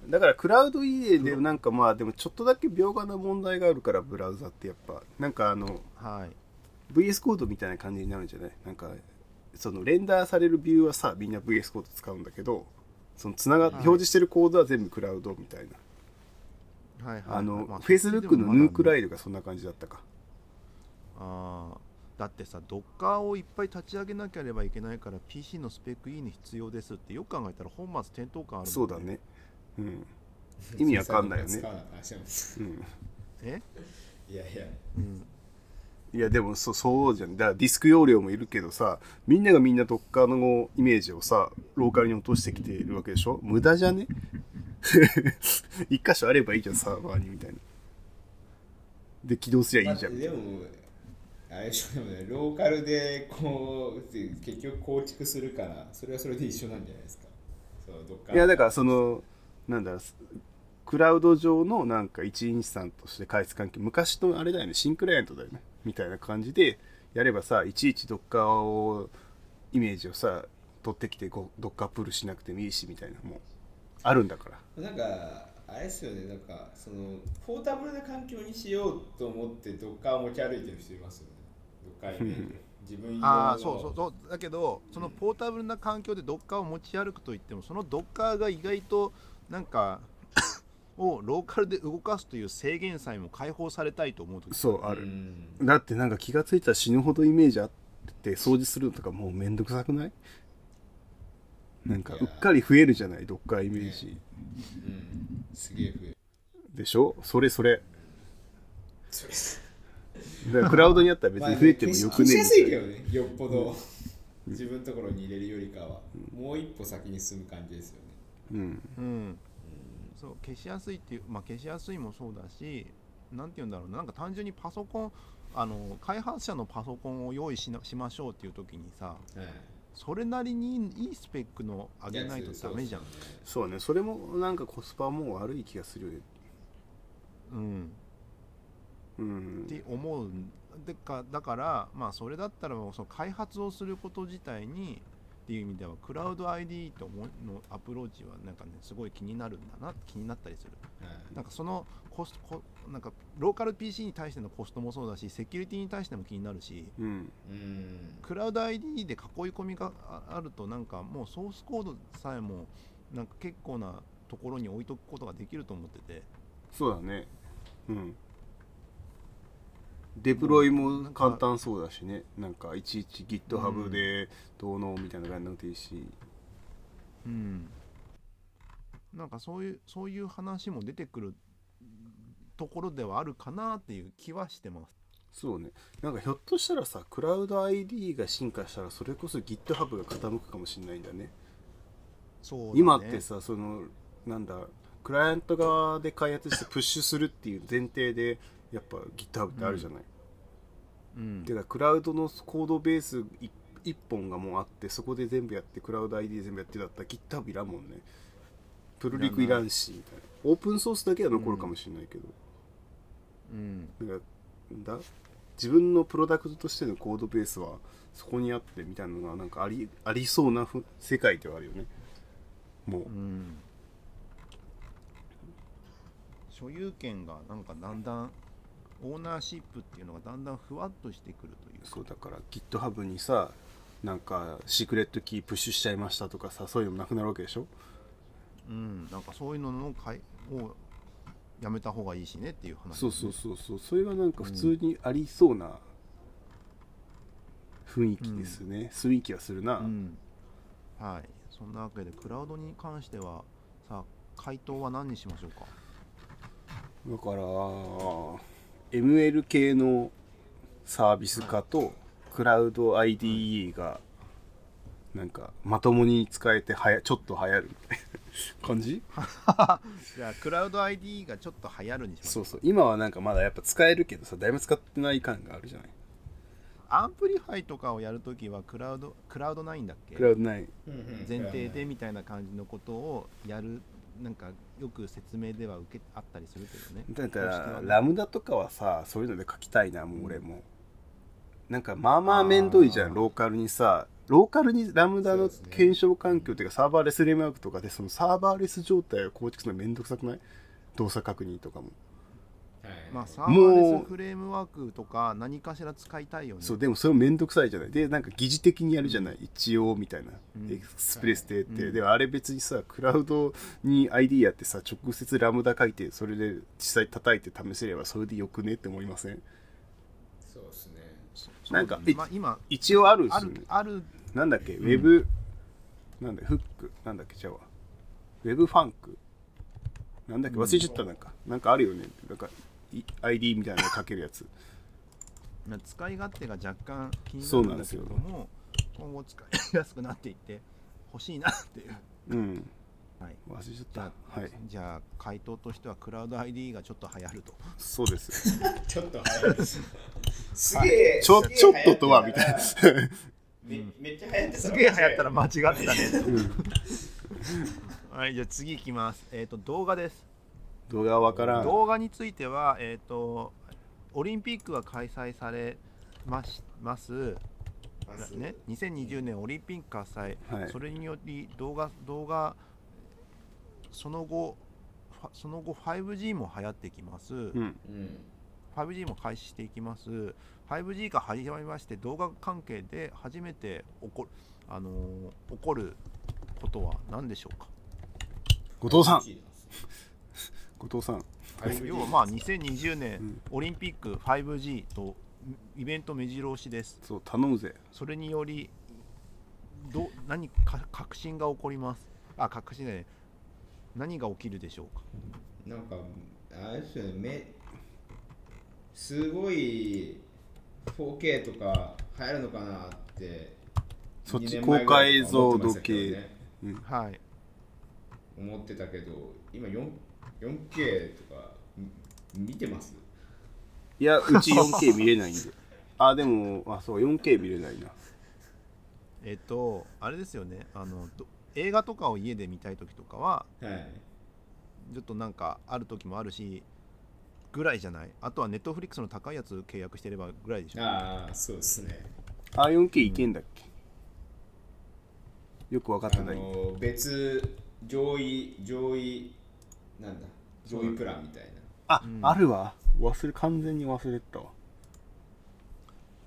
S2: だからクラウド EA でなんかまあでもちょっとだけ描画な問題があるからブラウザってやっぱなんかあの
S1: はい
S2: VS コードみたいな感じになるんじゃないなんかそのレンダーされるビューはさみんな VS コード使うんだけどそのつなが、
S1: い
S2: 表示してるコードは全部クラウドみたいな、
S1: はいはい
S2: あの、
S1: まあ
S2: Facebook のヌークラ
S1: イ
S2: イドがそんな感じだったか
S1: あーだってさ Docker をいっぱい立ち上げなければいけないから PC のスペックいいに必要ですってよく考えたら本末転倒感あるもん
S2: そうだねうん意味わかんないよね
S3: 使わなあ そうです
S2: うん
S1: え、
S3: いやいや
S1: うん、
S2: いやでもそそうじゃんだからディスク容量もいるけどさみんながみんな Docker のイメージをさローカルに落としてきてるわけでしょ無駄じゃね 一箇所あればいいじゃんサーバーにみたいなで起動すりゃいいじゃんみたい
S3: で
S2: な
S3: もあれでしょでもねローカルでこう結局構築するからそれはそれで一緒なんじゃないですかそうどっか
S2: いやだからそのなんだろうすクラウド上のなんか一員資産として開発環境昔のあれだよね新クライアントだよねみたいな感じでやればさいちいちドッカーをイメージをさ取ってきてこうドッカープールしなくてもいいしみたいなもうあるんだから
S3: なんかあれですよねなんかそのポータブルな環境にしようと思ってどっかを持ち歩いてる人いますよねどっかに自分用の
S1: ああそうそうそうだけどそのポータブルな環境で Docker を持ち歩くといってもその Docker が意外となんかをローカルで動かすという制限さえも解放されたいと思うとき
S2: そうあ
S3: う
S2: る、
S3: ん
S2: だってなんか気がついたら死ぬほどイメージあって掃除するのとかもうめんどくさくないなんかうっかり増えるじゃないドッカーイメージ
S3: うんすげえ増える
S2: でしょそれそれ
S3: それ
S2: だからクラウドにあったら別に増えてもよくね
S3: まあ消し消し
S2: え
S3: や
S2: み
S3: す
S2: た
S3: いけ
S2: い
S3: どねよっぽど 自分のところに入れるよりかはもう一歩先に進む感じですよね
S2: なうん
S1: うん、そう消しやすいっていう、まあ、消しやすいもそうだしなんて言うんだろうななんか単純にパソコンあの開発者のパソコンを用意しなしましょうっていう時にさ
S3: はい
S1: それなりにいいスペックの上げないとダメじゃん
S3: いやそうそうそう
S2: そうねそれもなんかコスパも悪い気がするよね
S1: うん、
S2: う
S1: っ
S2: ん
S1: て思うんでかだから、まあ、それだったらもうその開発をすること自体にっていう意味ではクラウド ID とものアプローチはなんかねすごい気になるんだな気になったりする。
S3: はい
S1: なんかそのコストこなんかローカル PC に対してのコストもそうだしセキュリティに対しても気になるし
S2: うん
S3: うん
S1: クラウド ID で囲い込みがああるとなんかもうソースコードさえもなんか結構なところに置いとくことができると思ってて
S2: そうだねうんデプロイも簡単そうだしねなんかいちいち GitHub でどうのみたいなのやんなくていいし
S1: うんなんかそういうそういう話も出てくるところではあるかなっていう気はしてます
S2: そうねなんかひょっとしたらさクラウド ID が進化したらそれこそ GitHub が傾くかもしれないんだね
S1: そうだね
S2: 今ってさそのなんだクライアント側で開発してプッシュするっていう前提でやっぱ GitHub ってあるじゃない、
S1: うん
S2: てかクラウドのコードベースい一本がもうあってそこで全部やってクラウド ID 全部やってだったら GitHub いらんもんねプルリクいらんしみたいなオープンソースだけは残るかもしれないけど、
S1: うん
S2: なんかだ自分のプロダクトとしてのコードベースはそこにあってみたいなのがなんかありありそうなふ世界ではあるよねもう
S1: うん所有権がなんかだんだんオーナーシップっていうのがだんだんふわっとしてくるという
S2: そうだから GitHub にさなんかシークレットキープッシュしちゃいましたとかさそういうのもなくなるわけでしょ
S1: うん、なんかそういうのの買いをやめた方がいいしねっていう話、
S2: そうそうそうそうそれはなんか普通にありそうな雰囲気ですね、雰囲気はするな、
S1: うん、はいそんなわけでクラウドに関してはさあ回答は何にしましょうか
S2: だから ML 系のサービス化とクラウド IDE がなんかまともに使えてはやちょっと流行るみたいな 感じ
S1: じゃあクラウド ID がちょっと流行るにしまし
S2: そ
S1: ょう
S2: うそう今はなんかまだやっぱ使えるけどさだいぶ使ってない感があるじゃない
S1: アンプリファイとかをやるときはクラウドクラウドないんだっけ
S2: クラウドない
S1: 前提でみたいな感じのことをやるなんかよく説明では受けあったりするけどねそ
S2: だか
S1: して
S2: ら
S1: はね
S2: ラムダとかはさそういうので書きたいなもう俺も、なんかまあまあめんどいじゃ
S1: あ
S2: ん
S1: ー
S2: ローカルにさローカルにラムダ
S3: そ
S2: の
S3: うですね
S2: 検証環境っていうかサーバーレスレームワークとかでそのサーバーレス状態を構築するのめんどくさくない動作確認とかも、
S1: まあ、サー
S2: う
S1: バーレスフレームワークとか何かしら使いたいよね
S2: そうでもそれもめんどくさいじゃないでなんか疑似的にやるじゃない、一応みたいな、
S1: うん
S2: エクスプレス定定、
S1: うん
S2: でもあれ別にさクラウドに ID やってさ直接ラムダ書いてそれで実際叩いて試せればそれでよくねって思いません
S3: そうですね
S1: そう
S2: なんか
S1: そうだねまあ、今
S2: 一応あるんで
S1: あ
S2: すよね
S1: るある
S2: なんだっけ、ウェブ、なんだ、フック、なんだっけ、じゃあ、ウェブファンク、なんだっけ、忘れちゃった、なんか、なんかあるよね、なんか、い ID みたいなのかけるやつ。
S1: まあ使い勝手が若干気
S2: そう
S1: に
S2: な
S1: なんるん
S2: で
S1: だ
S2: す
S1: け
S2: よ
S1: ども今後使いやすくなっていって欲しいなっていう、
S2: うん、
S1: はい、
S2: 忘れち
S1: じ
S2: ゃ
S1: ゃ
S2: っ
S1: あ、
S2: た。はい、
S1: じゃあ回答としてはクラウド ID がちょっと流行ると
S2: そうです。
S3: ちょっと早いですすげえ
S2: ちょ、
S3: すげえ
S2: ち ょっととは、みたいな。
S3: めめっちゃ流行ってた
S1: すげえ流行ったら間違ってたね
S2: うん
S1: はいじゃあ次いきますえっ、と動画です
S2: 動画はわからん。
S1: 動画については、えー、とオリンピックが開催されまします、ね、2020年オリンピック開催、
S2: はい
S1: それにより動画動画その後ファその後 5G も流行ってきます、
S2: うん、
S3: うん、
S1: 5G も開始していきます 5G が始まりまして動画関係で初めて起こ,、あのー起こることは何でしょうか
S2: 後藤さん、後藤さん。
S1: 要はまあ2020
S2: う
S1: 年
S2: ん
S1: オリンピック 5G とイベント目白押しです
S2: そう、頼むぜ。
S1: それによりど何か革新が起こりますあ革新ね何が起きるでしょうか
S3: なんかあれですよねめすごい 4K とか流行るのかなって
S2: そっち
S3: 2年前ぐらいとか思ってましたけどね
S2: 高解像度うん、
S1: はい
S3: 思ってたけど今 4- 4K とかみ見てます
S2: いや、うち 4K 見れないんで。あ、でも、あ、そう、4K 見れないな。
S1: えっとあれですよねあのど映画とかを家で見たい時とかは
S3: はい
S1: ちょっとなんかある時もあるしぐらいじゃないあとはネットフリックスの高いやつ契約してればぐらいでしょ
S3: ああそうですね
S2: あ、4K いけんだっけ、よく分かっ
S3: あ
S2: てない。
S3: の別上位上位なんだ上位プランみたいな
S2: あ、
S1: うん
S2: あるわ。忘れ、完全に忘れてたわ。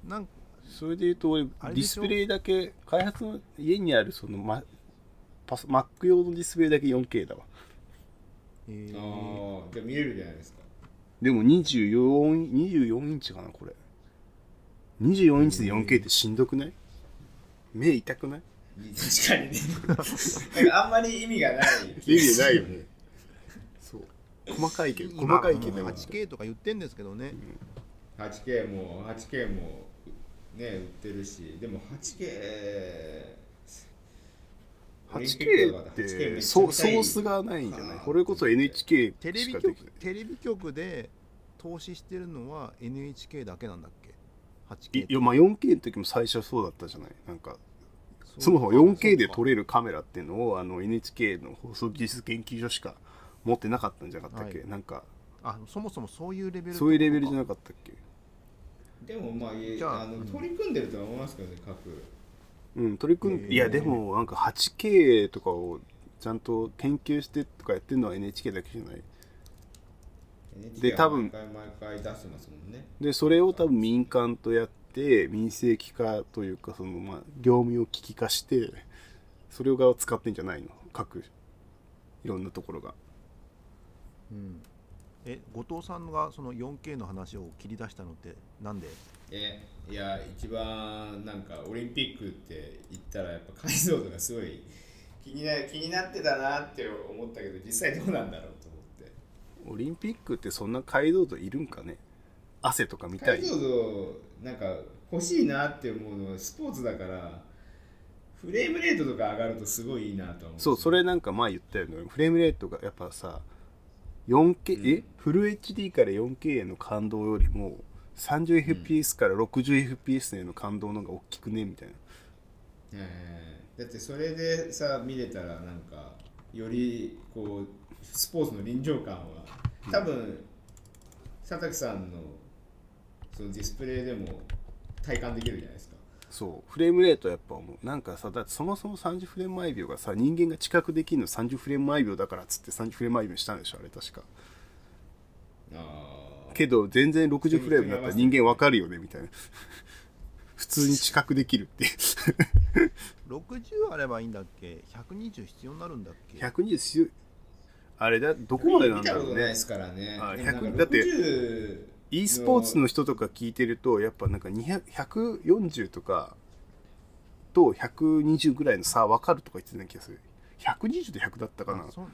S1: なん
S2: それで言うと、俺、デ
S1: あれ
S2: ィ
S1: でし
S2: ス
S1: ょ
S2: プレイだけ、開発の家にある、その、ま、パス、Mac 用のディスプレイだけ 4K だわ。
S1: えー
S3: ああじゃあ見れるじゃないですか
S2: でも24、24インチかな、これ。24インチで 4K ってしんどくない目痛くない
S3: 確かにねなんかあんまり意味がない
S2: 意味ないよね。そう。細かいけど、
S1: 今
S2: 細かいけ
S1: う
S2: ど
S1: ん。8K とか言ってんですけどね
S3: 8K も 8K もね売ってるしでも 8K
S2: 8K ってソソースがないんじゃないこれこそ NHK
S1: テレ
S2: し
S1: ビ
S2: か
S1: 局
S2: できない
S1: テレビ局で投資してるのは NHK だけなんだっけ
S2: い
S1: 8K
S2: いやまあ 4K の時も最初はそうだったじゃないなんか
S1: そう
S2: そもそも 4K
S1: そ
S2: で
S1: うか
S2: 撮れるカメラっていうのをあの NHK の放送技術研究所しか持ってなかったんじゃなかったっけ、
S1: は
S2: なんか
S1: あそもそもそういうレベル
S2: そういうレベルじゃ
S1: な
S2: なかったっけ
S3: でもまあ
S1: じゃあ
S3: あの
S1: うん
S3: 取り組んでるとは思いますけどね各
S2: うん取り組ん
S1: へ
S2: で、
S1: ー
S2: いやでもなんか 8K とかをちゃんと研究してとかやってるのは NHK だけじゃないで
S3: NHK
S2: 多
S3: は
S2: 分
S3: 毎回毎回出してますもんね
S2: でそれを多分民間とやって民生機化というかそのまあ業務用機器化してそれを使ってんじゃないの各いろんなところが
S1: うん、え後藤さんがその 4K の話を切り出したのってなんで
S3: えいや一番なんかオリンピックって言ったらやっぱ解像度がすごい気にな気になってたなって思ったけど実際どうなんだろうと思って
S2: オリンピックってそんな解像度いるんかね汗とか見たい
S3: 解像度なんか欲しいなって思うのはスポーツだからフレームレートとか上がるとすごいいいなと思う
S2: そうそれなんか前言ったよねフレームレートがやっぱさ 4K、えフル HD から 4K への感動よりも 30fps から 60fps への感動の方が大きくねみたいな、
S3: えーだってそれでさ見れたらなんかよりこうスポーツの臨場感は多分佐竹さんのそのディスプレイでも体感できるじゃないですか
S2: そうフレームレートはやっぱ思うなんかさだってそもそも30フレーム毎秒がさ人間が知覚できるの30フレーム毎秒だからっつって30フレーム毎秒したんでしょあれ確か
S3: あ
S2: けど全然60フレームだったら人間わかるよねみたいな普通に知覚できるって いう
S1: 60あればいいんだっけ120必要になるんだっけ
S2: 120強いあれだどこまでなん
S3: 見
S2: だ
S3: た
S2: ろ
S3: こ
S2: う
S3: とない
S2: ね
S3: ですからね
S2: あ
S3: でもなんか
S2: 100だって
S3: 60
S2: e スポーツの人とか聞いてるとやっぱなんか200 140とかと120ぐらいの差分かるとか言ってたような気がする120で100だったかな
S1: あそう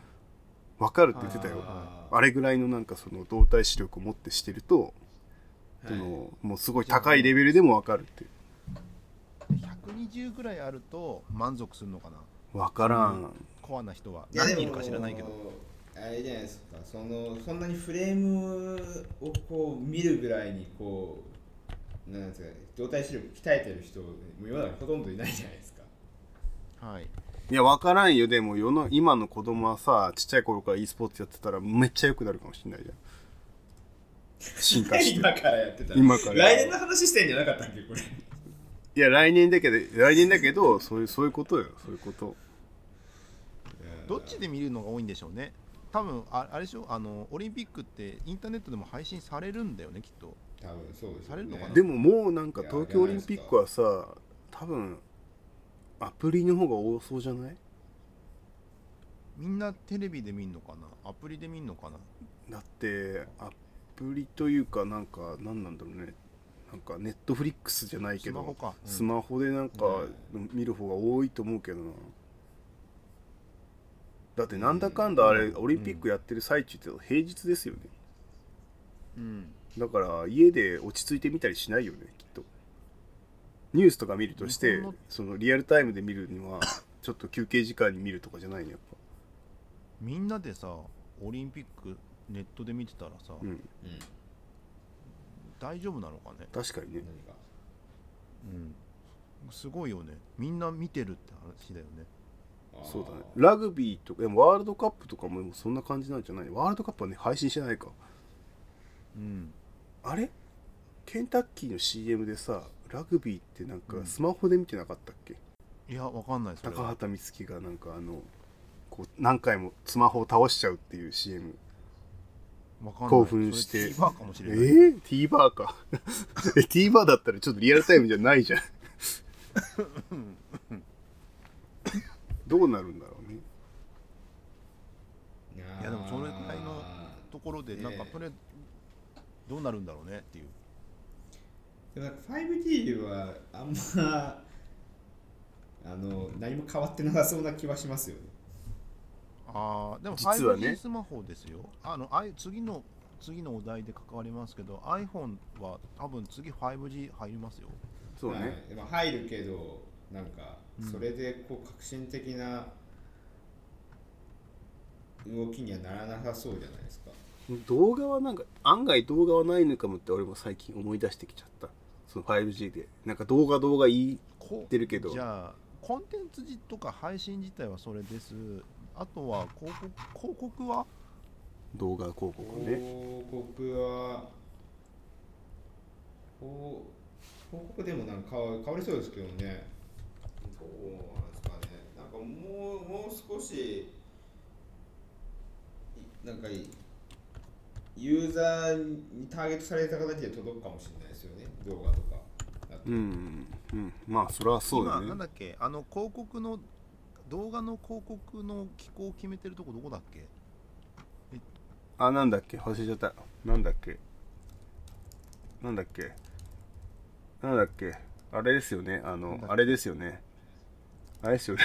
S2: 分かるって言ってたよ
S3: あー
S2: あれぐらいのなんかその動体視力を持ってしてると、そ
S3: はい
S2: のもうすごい高いレベルでも分かるって
S1: 120ぐらいあると満足するのかな
S2: 分からん、
S1: コアな人はい
S3: や
S1: 何
S3: で
S1: 人い
S3: も
S1: るか知らないけど
S3: あれじゃないですかそのそんなにフレームをこう見るぐらいにこうなんですか動体視力鍛えてる人もう今までほとんどいないじゃないですか
S1: はい
S2: いや分からんよでも世の今の子供はさちっちゃい頃から e スポーツやってたらめっちゃ良くなるかもしれないじゃん 進化して
S3: 今からやってた
S2: 今から
S3: 来年の話してんじゃなかったっけこれ
S2: いや来年だけど来年だけどそういうそういうことよそういうこと
S1: どっちで見るのが多いんでしょうね多分ああれでしょあのオリンピックってインターネットでも配信されるんだよねきっと
S3: 多分そうですよね
S1: されるのかな
S2: でももうなんか東京オリンピックはさ多分アプリの方が多そうじゃない
S1: みんなテレビで見るのかなアプリで見るのかな
S2: だってアプリというかなんか何なんだろうねなんかネットフリックスじゃないけ
S1: ス
S2: ど
S1: マホか、うん
S2: スマホでなんか見る方が多いと思うけどなだってなんだかんだあれオリンピックやってる最中って平日ですよね
S1: うん
S2: だから家で落ち着いて見たりしないよねきっとニュースとか見るとして
S1: 日本の
S2: そのリアルタイムで見るにはちょっと休憩時間に見るとかじゃないのやっぱ
S1: みんなでさオリンピックネットで見てたらさ、
S2: うん
S3: うん
S1: 大丈夫なのかね、
S2: 確かにね
S3: 何か
S1: うん、すごいよねみんな見てるって話だよね
S3: あー
S2: そうだねラグビーとかでもワールドカップとかももうそんな感じなんじゃないワールドカップはね配信してないか
S1: うん
S2: あれケンタッキーの CM でさラグビーってなんかスマホで見てなかったっけ、
S1: いやわかんないそれ
S2: 高
S1: は
S2: 畑充希がなんかあのこう何回もスマホを倒しちゃうっていう CM
S1: わかんない
S2: 興奮して
S1: それ TVer かもし
S2: え
S1: れない、
S2: ー、TVer か え TVer だったらちょっとリアルタイムじゃな いじゃんどうなるんだろうね
S3: あー
S1: いやでもそれぐらいのところでなんか
S3: ねえ
S1: それどうなるんだろうねっていう
S3: でもなんか 5G はあんまあの何も変わってなさそうな気はしますよね
S1: あーでも
S2: 実はね
S1: 5G スマホですよあのあい次の次のお題で関わりますけど iPhone は多分次 5G 入りますよ
S2: そうね、
S3: はい、でも入るけどなんか
S1: うん
S3: それでこう革新的な動きにはならなさそうじゃないですか
S2: 動画はなんか案外動画はないのかもって俺も最近思い出してきちゃったその 5G でなんか動画動画言い
S1: こ
S2: てるけど
S1: じゃあコンテンツ自とか配信自体はそれですあとは広告広告は
S2: 動画広告
S3: 広
S2: ね
S3: 告はこう広告でもなんか変わ変わりそうですけどねどうなんですかねなんかもうもう少しいなんかいユーザーにターゲットされた形で届くかもしれないですよね動画とかだと
S2: うんうんまあそれはそうだ
S1: 今なん
S2: ね
S1: だっけあの広告の動画の広告の機構を決めてるとこどこだっけ
S2: あ、なんだっけ忘れちゃった。なんだっけなんだっけなんだっけあれですよね。あ
S1: な
S2: の
S1: んだっ、け
S2: あれですよね。あれですよね。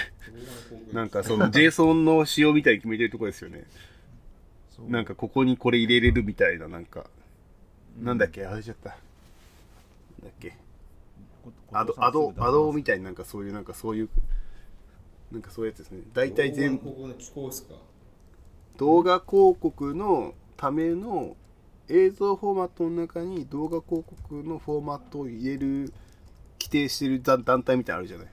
S2: なん
S3: か
S2: かその JSON の仕様みたいに決めてるとこですよね。
S1: そう
S2: なんかここにこれ入れれるみたいな、なんか。
S1: う
S2: なんだっけ忘れちゃった。なんだっけ
S1: こ
S2: アド、
S1: こ
S2: アド、アドみ
S1: た
S2: たいな、なんかそういう、なんかそういう、なんかそういうやつですね。大体全部
S3: こ、この機構ですか
S2: 動画広告のための映像フォーマットの中に動画広告のフォーマットを入れる規定してる団団体みたいなのあるじゃない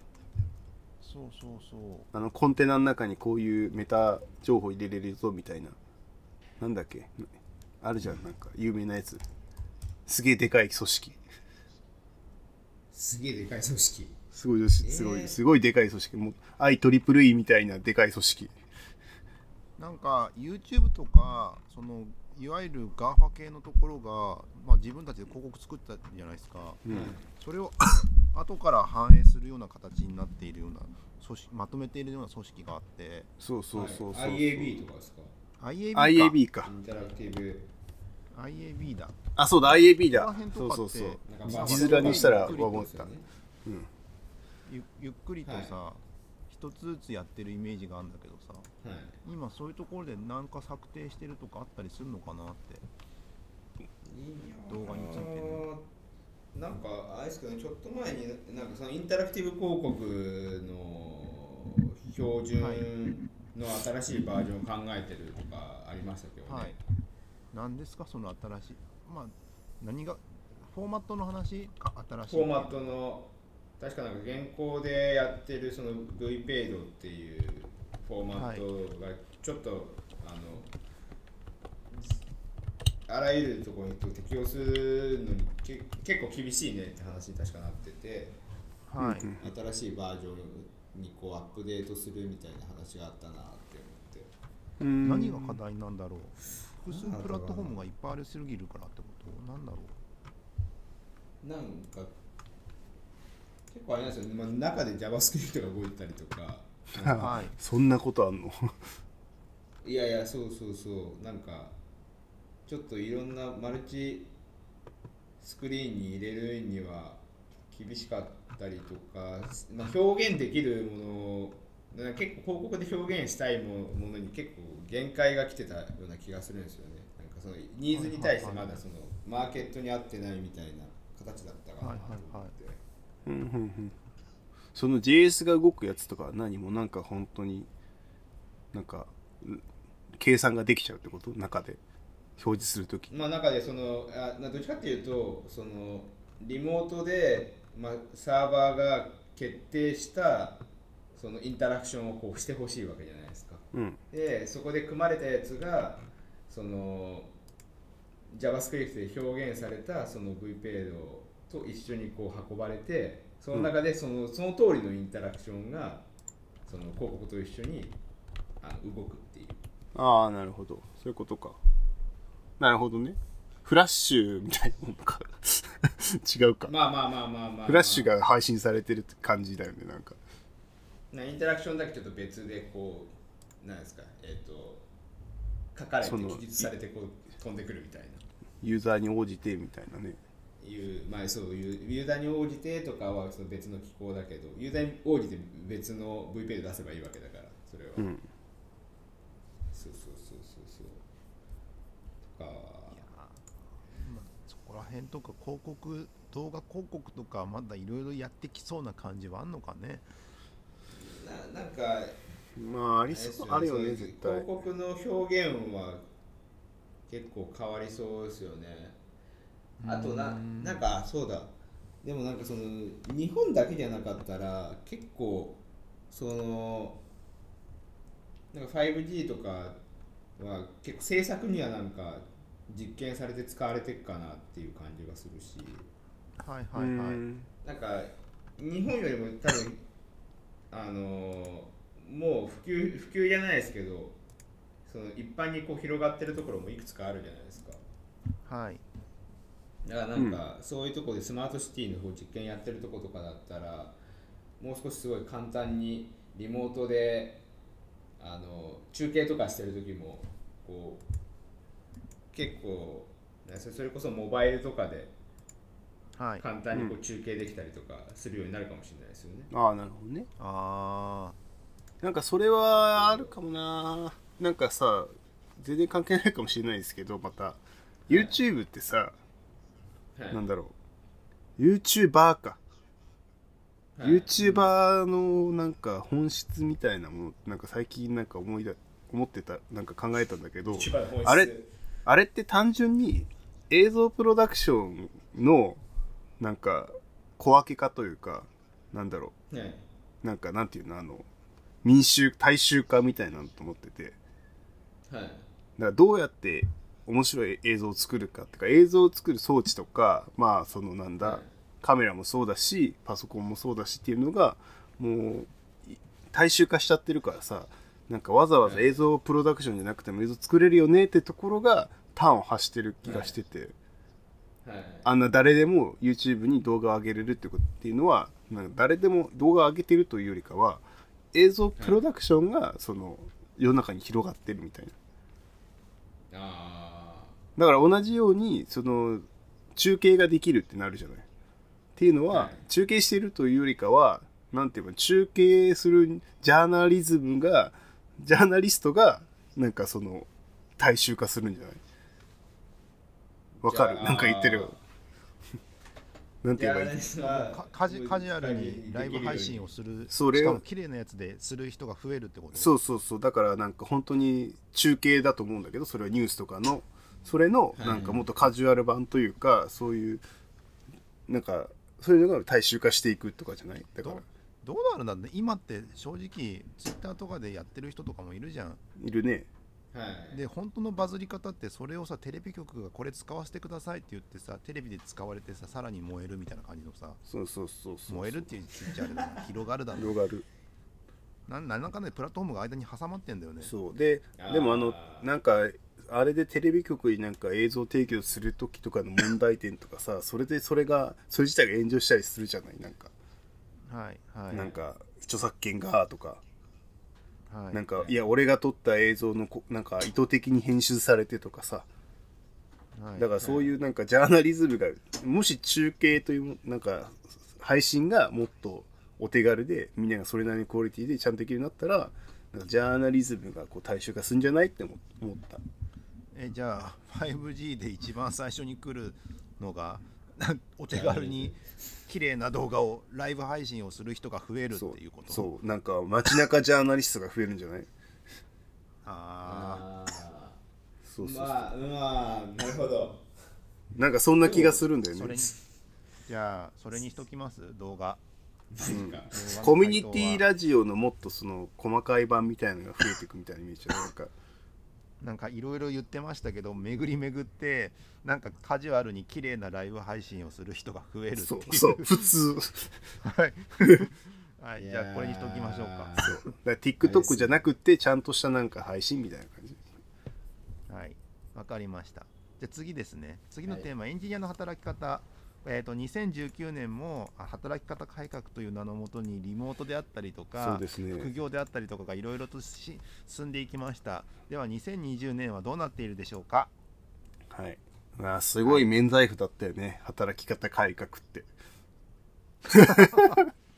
S1: そうそうそう
S2: あのコンテナの中にこういうメタ情報入れれるぞみたいななんだっけあるじゃんなんか有名なやつすげえでかい組織
S3: すげえでかい組織
S2: すごい組織すご
S3: えー
S2: いすごいでかい組織もう IEEE みたいなでかい組織
S1: なんか YouTube とかそのいわゆる GAFA 系のところが、まあ、自分たちで広告作ったじゃないですか
S2: うん
S1: それを 後から反映するような形になっているような組織まとめているような組織があって
S2: そうそうそうそ
S3: は
S2: う、
S3: い IAB とかですか
S1: IAB か
S2: IAB か
S3: インタラクティブ
S1: IAB だ
S2: あそうだ IAB
S1: ここ
S2: だ
S1: ら辺と
S2: そ
S1: か
S2: う
S1: って
S2: そうそう
S3: なんかまあ
S2: 字面にしたら思った
S3: そうですよね
S2: うん
S1: ゆゆっくりとさ、一つずつやってるイメージがあるんだけどさ
S3: はい
S1: 今そういうところで何か策定してるとかあったりするのかなって動画についてね
S3: なんかあれですけどちょっと前になんかそのインタラクティブ広告の標
S1: はい
S3: 準の新しいバージョンを考えてるとかありましたけどね、
S1: はい何ですかその新しいまあ何がフォーマットの話か新しい
S3: フォーマットの確かなんか現行でやってるその v ペイドっていうフォーマットがちょっと、あのあらゆるところに適用するのにけ結構厳しいねって話に確かなってて
S1: はい、
S2: うん
S3: 新しいバージョンにこうアップデートするみたいな話があったなって思って
S2: うん
S1: 何が課題なんだろう複数プラットフォームがいっぱいありすぎるからってことなんだろう
S3: なんか結構あれなんですよね、まあ、中で JavaScript が動いたりとかなんか
S1: はい
S2: そんなことあんの
S3: いやいやそうそうそうなんかちょっといろんなマルチスクリーンに入れるには厳しかったりとか、まあ、表現できるものなんか結構広告で表現したいもものに結構限界が来てたような気がするんですよねなんかそのニーズに対してまだそのマーケットに合ってないみたいな形だったかなと思って、
S2: うんうんうんその JS が動くやつとか何もなんか本当になんかう計算ができちゃうってこと中で表示するとき
S3: まあ、中でそのあなどっちかっていうとそのリモートで、まあ、サーバーが決定したそのインタラクションをこうしてほしいわけじゃないですか。
S2: うん
S3: でそこで組まれたやつがその JavaScript で表現されたその v ペイドと一緒にこう運ばれてその中でその,、その通りのインタラクションがその広告と一緒にあの動くっていう。
S2: ああなるほどそういうことかなるほどねフラッシュみたいなものか 違うか
S3: まあまあまあまあまあまあ、
S2: フラッシュが配信されてるって感じだよねなんか
S3: なインタラクションだけちょっと別でこうなんですかえっ、と書かれて
S2: その
S3: 記述されてこう飛んでくるみたいな
S2: ユーザーに応じてみたいなね
S3: いうまあそういうユーザーに応じてとかはその別の機構だけどユーザーに応じて別の VP で出せばいいわけだからそれは、
S2: うん
S3: そうそうそうそうそうとか
S1: まあそこら辺とか広告動画広告とかまだいろいろやってきそうな感じはあんのかね
S3: ななんか
S2: まあありそうあ
S3: れ
S2: る
S3: です
S2: よ
S3: ね
S2: ね絶対
S3: 広告の表現は結構変わりそうですよねあとな
S1: うん
S3: なんかそうだでもなんかその日本だけじゃなかったら結構そのなんか 5G とかは結構政策にはなんか実験されて使われてるかなっていう感じがするし
S1: はいはいは
S2: う
S1: い
S2: ん
S3: なんか日本よりも多分あのもう普及普及じゃないですけどその一般にこう広がってるところもいくつかあるじゃないですか
S1: はい
S3: だからなんか、そういうところでスマートシティの方実験やってるところとかだったらもう少しすごい簡単にリモートであの中継とかしてる時もこう結構ねそれそれこそモバイルとかで
S1: はい
S3: 簡単にこう中継できたりとかするようになるかもしれないですよね。
S2: ああなるほどね
S1: あ
S2: なんかそれはあるかもななんかさ全然関係ないかもしれないですけどまた YouTube ってさ、
S3: はい
S2: なんだろう YouTuber か、
S3: はい
S2: YouTuber のなんか本質みたいなものなんか最近なんか思いだ思ってたなんか考えたんだけど
S3: 一番の本質
S2: あれあれって単純に映像プロダクションのなんか小分け化というかなんだろ
S3: ね
S2: うなんかなんていうのあの民衆大衆化みたいなのと思っててだ
S3: は
S2: か
S3: い
S2: らどうやって面白い映像を作るかっていうか映像を作る装置とかまあそのなんだカメラもそうだしパソコンもそうだしっていうのがもうい大衆化しちゃってるからさなんかわざわざ映像プロダクションじゃなくても映像作れるよねってところが端を発してる気がしてて。
S3: はい
S2: あんな誰でも YouTube に動画を上げれるってことっていうのはなんか誰でも動画を上げてるというよりかは映像プロダクションがその世の中に広がってるみたいな
S3: あ
S2: だから同じようにその中継ができるってなるじゃないっていうのは、
S3: はい
S2: 中継してるというよりかはなんていうか中継するジャーナリズムがジャーナリストがなんかその大衆化するんじゃない
S3: ー
S2: わかる
S3: じゃあ
S2: なんか言ってる よなんて言えばい
S3: ジャーナリ
S2: い
S3: スト
S1: あ
S3: は
S1: かカジカジュアル
S3: できるよう
S1: にライブ配信をする
S2: それを
S1: しかも綺麗なやつでする人が増えるってこと
S2: そうそうそうだからなんか本当に中継だと思うんだけどそれはニュースとかのそれの
S3: はい
S2: なんかもっとカジュアル版というかそういうなんかそういうのが大衆化していくとかじゃないだから
S1: どどうなるんだろうね今って正直ツイッターとかでやってる人とかもいるじゃん
S2: いるね
S3: はい
S1: で本当のバズり方ってそれをさテレビ局がこれ使わせてくださいって言ってさテレビで使われてささらに燃えるみたいな感じのさ
S2: そうそうそうそう
S1: 燃えるっていう言っちゃあれだな広がるだろ
S2: 広がる
S1: な何らかのプラットフォームが間に挟まってんだよね
S2: そうで
S3: あー
S2: でもあのなんかあれでテレビ局になんか映像提供する時とかの問題点とかさそれでそれがそれ自体が炎上したりするじゃないなんか、
S1: はいはい
S2: なんか著作権がとか
S1: はい
S2: なんか
S3: はい
S2: いや俺が撮った映像のこなんか意図的に編集されてとかさ
S1: はい
S2: だからそういうなんかジャーナリズムがもし中継というもなんか配信がもっとお手軽でみんながそれなりのクオリティでちゃんとできるようになったらなんかジャーナリズムがこう大衆化するんじゃないって思思った
S1: えじゃあ 5G で一番最初に来るのが なお手軽に綺麗な動画をライブ配信をする人が増えるって
S2: そう
S1: いうこと
S2: そうなんか街中ジャーナリストが増えるんじゃない
S1: あ
S3: ああ
S2: そうそうそ
S3: ま
S2: う、
S3: あまあなるほど
S2: なんかそんな気がするんだ
S1: あ
S2: よ
S1: それ
S2: ね
S1: にじゃあそれにしときます動画
S2: コミュニティ
S1: ラ
S2: ラジオのもっとその細かい版みたいなのが増えていくみたいなイメージじゃないなんか
S1: なんかいろいろ言ってましたけど巡り巡ってなんかカジュアルに綺麗なライブ配信をする人が増えるっていう
S2: そうそう普通
S1: はい、はい、じゃあこれにしときましょうか
S3: か
S2: だから TikTok じゃなくてちゃんとしたなんか配信みたいな感じ
S1: はい、わかりました。じゃあ次ですね。次のテーマ、エンジニアの働き方。えー、と2019年もあ働き方改革という名のもとにリモートであったりと
S2: そう
S1: か、
S2: ですね
S1: 副業であったりとかがいろいろとし進んでいきましたでは2020年はどうなっているでしょうか
S2: はいまあすごい免罪符だったよね働き方改革って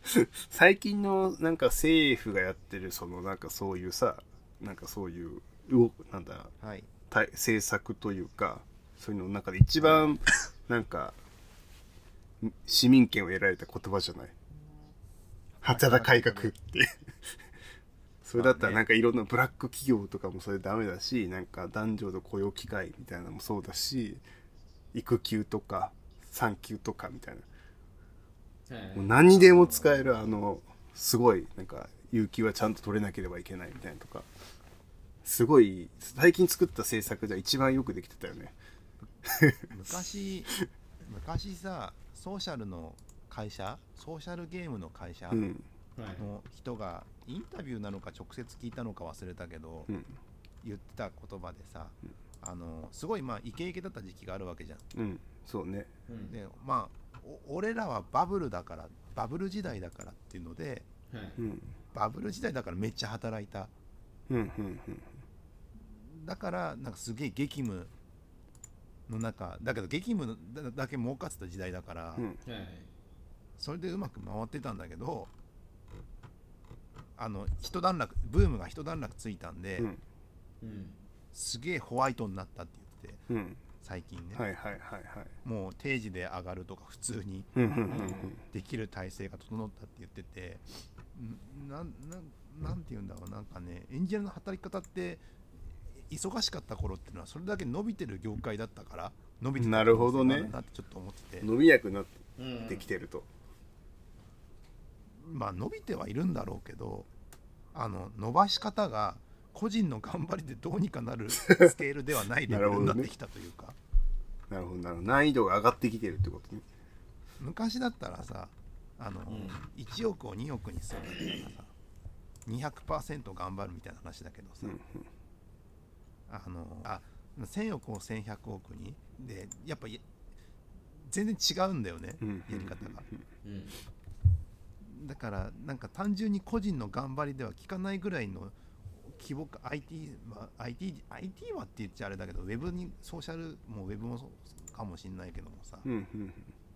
S2: 最近のなんか政府がやってるそのなんかそういうさなんかそういううおなんだ
S1: はい
S2: 対政策というかそういうのの中で一番なんか市民権を得られた言葉じゃない働き改革ってそれだったらなんかいろんなブラック企業とかもそれダメだしなんか男女の雇用機会みたいなのもそうだし育休とか産休とかみたいなもう何にでも使えるあのすごいなんか有給はちゃんと取れなければいけないみたいなとかすごい最近作った政策じゃ一番よくできてたよね
S1: 昔昔さソーシャルの会社ソーシャルゲームの会社
S2: うん
S3: はい
S1: の人がインタビューなのか直接聞いたのか忘れたけど、
S2: うん
S1: 言ってた言葉でさ、あのすごいまあイケイケだった時期があるわけじゃん。
S2: うんそうね
S3: うん
S1: でまあお俺らはバブルだからバブル時代だからっていうので
S3: はい
S2: うん
S1: バブル時代だからめっちゃ働いた
S2: うんうんうん
S1: だからなんかすげえ激務の中だけど激務だだけ儲かってた時代だから、
S2: うん
S3: はい
S1: それでうまく回ってたんだけどあの一段落ブームが一段落ついたんで、
S2: うん
S3: うん
S1: すげえホワイトになったって言って
S2: うん
S1: 最近ね、
S2: はいはいはいはい
S1: もう定時で上がるとか普通に
S2: うんうんうん
S1: できる体制が整ったって言っててんなんなんなんて言うんだろうなんかねエンジニアの働き方って忙しかった頃っていうのはそれだけ伸びてる業界だったから伸びてた
S2: なるほどね
S1: 可能性があるなってちょっと思ってて
S2: うん伸び役になっ
S3: うん
S2: てきてると
S1: まあ伸びてはいるんだろうけどあの伸ばし方が個人の頑張りでどうにかなる スケールではないレベルになってきたというか、
S2: なるほどなるほど難易度が上がってきてるってことね
S1: 昔だったらさあの、
S3: ん
S1: 1億を2億にするみたいなさ200%頑張るみたいな話だけどさ、
S2: うん
S1: あのあ1000億を1100億にでやっぱい全然違うんだよね、
S2: うん
S1: やり方が
S3: うん
S1: だからなんか単純に個人の頑張りでは効かないぐらいの規模か IT は IT, IT はって言っちゃあれだけどウェブにソーシャルもウェブもそうかもしんないけどもさ、
S2: うんうん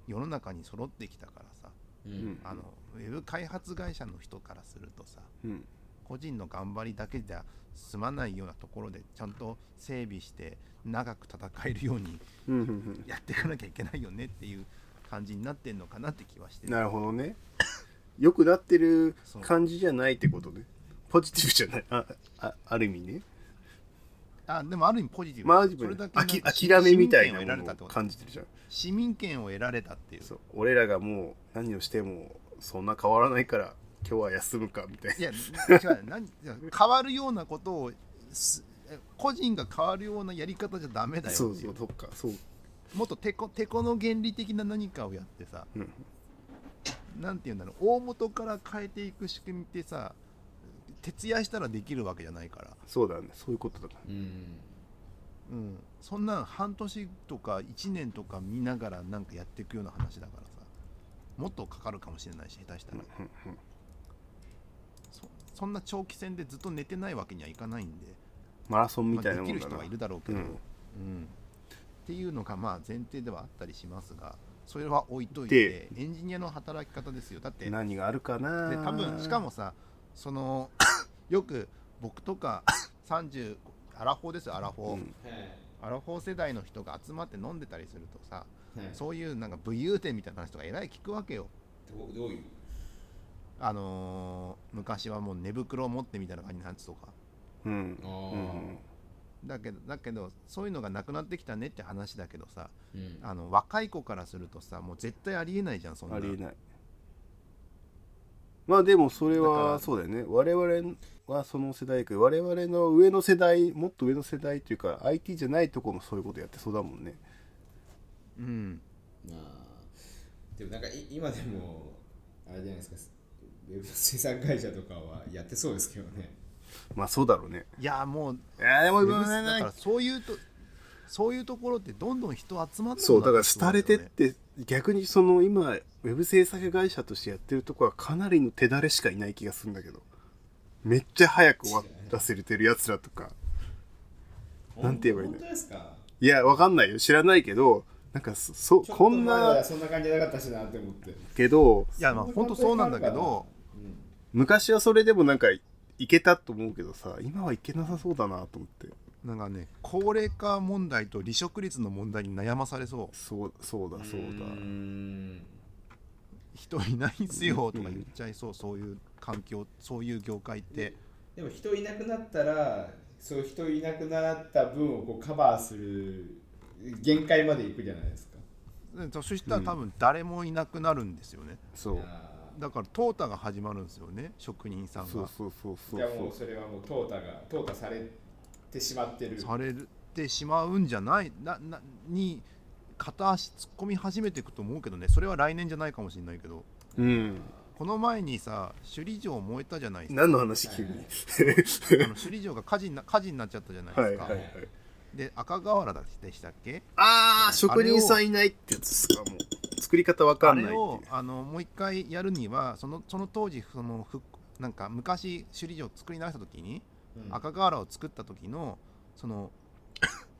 S1: 世の中に揃ってきたからさ
S3: う
S2: うんん
S1: あのウェブ開発会社の人からするとさ
S2: うん
S1: 個人の頑張りだけじゃ済まないようなところでちゃんと整備して長く戦えるように
S2: うんうんうん
S1: やっていかなきゃいけないよねっていう感じになってんのかなって気はして
S2: なるほどね 良くなってる感じじゃないってことねポジティブじゃないああある意味ね
S1: あでもある意味ポジティブ、
S2: まあ
S1: それだけ
S2: あ
S1: なん
S2: き
S1: か
S2: 諦めみたいな
S1: 市民権を得られたってこと
S2: ものを感じてるじゃん
S1: 市民権を得られたっていう
S2: そう俺らがもう何をしてもそんな変わらないから今日は休むかみたい
S1: いや違う何いや変わるようなことをす個人が変わるようなやり方じゃダメだ
S2: な
S1: よ
S2: そ
S1: っ
S2: う
S1: てい
S2: そううそっかそう
S1: もっとテコテコの原理的な何かをやってさ
S2: うん
S1: なんて言うんだろう大元から変えていく仕組みってさ徹夜したらできるわけじゃないから、
S2: そうだねそういうことだね
S3: うん
S1: うん、そんなん半年とか1年とか見ながらなんかやっていくような話だからさもっとかかるかもしれないし下手したら、
S2: うんうん
S1: そそんな長期戦でずっと寝てないわけにはいかないんで、
S2: マラソンみ
S1: ま
S2: た
S1: あ、
S2: い
S1: で
S2: なも
S1: き
S2: ん
S1: る
S2: だ
S1: 人
S2: な
S1: はいるだろうけど、
S2: う
S1: うんんっていうのがまあ前提ではあったりしますがそれは置いといて
S2: で
S1: エンジニアの働き方ですよだって
S2: 何があるかな
S1: で多分しかもさそのよく僕とか30アラフォーですよアラフォー、
S2: うん
S3: はい
S1: アラフォー世代の人が集まって飲んでたりするとさ
S3: はい
S1: そういうなんか武勇伝みたいな話とかえらい聞くわけよ
S3: どうどういう
S1: あのー昔はもう寝袋を持ってみたいな感じの話とか
S2: うん
S3: あ
S2: う
S3: ー
S2: ん
S1: だけどだけどそういうのがなくなってきたねって話だけどさ
S3: うん
S1: あの若い子からするとさもう絶対ありえないじゃんそんな
S2: ありえないまあでもそれ
S1: だから
S2: はそうだよね我々はその世代か我々の上の世代もっと上の世代というか IT じゃないとこもそういうことやってそうだもんね
S1: うん
S3: まあでもなんかい今でもあれじゃないですかウェブ生産会社とかはやってそうですけどね
S2: まあそうだろうね
S1: いやもう
S2: いやでも
S1: ウェブスだからそういうとそういうところってどんどん人集まって
S2: そうだから廃れてって逆にその今ウェブ制作会社としてやってるとこはかなりの手だれしかいない気がするんだけどめっちゃ早く終わらせれてるやつらとか なんて言えばいいんだ
S3: 本当ですか
S2: いやわかんないよ知らないけどなんかそ
S3: ち
S2: そ
S3: ょっと
S2: こ
S3: 前
S2: ん
S3: まで
S2: な
S3: はそんな感じじゃなかったしなって思って
S2: けど
S1: いやまあ本当そうなんだけど
S2: 昔はそれでもなんかいけたと思うけどさ今はいけなさそうだなと思って
S1: なんかね高齢化問題と離職率の問題に悩まされそう
S2: そうそうだそうだ
S3: ん
S1: 人いないっすよとか言っちゃいそう、そういう環境そういう業界って
S3: でも人いなくなったらそう人いなくなった分をこうカバーする限界までいくじゃないですか
S1: でそしたら多分誰もいなくなるんですよね、
S2: そう
S3: あ
S1: だから淘汰が始まるんですよね職人さんが
S2: そうそうそう
S3: ー
S2: そう
S3: じゃあも
S2: そう
S3: うそれはもう淘汰が淘汰されてしまってる
S1: されてしまうんじゃないななに片足突っ込み始めていくと思うけどねそれは来年じゃないかもしれないけど
S2: うん
S1: この前にさ首里城燃えたじゃないですか
S2: 何の話急に
S1: あの首里城が火事にな火事になっちゃったじゃない
S2: は
S1: で
S2: い
S1: すか、
S2: はいはい
S1: で赤瓦でしたっけ
S2: ああ
S1: あれを
S2: 職人さんいないってやつですかもう作り方わか
S1: あ
S2: んないっ
S1: れ
S2: て
S1: を
S2: いう
S1: あのもう一回やるにはそのその当時その復なんか昔首里城を作り直した時に、
S3: うん
S1: 赤瓦を作った時のその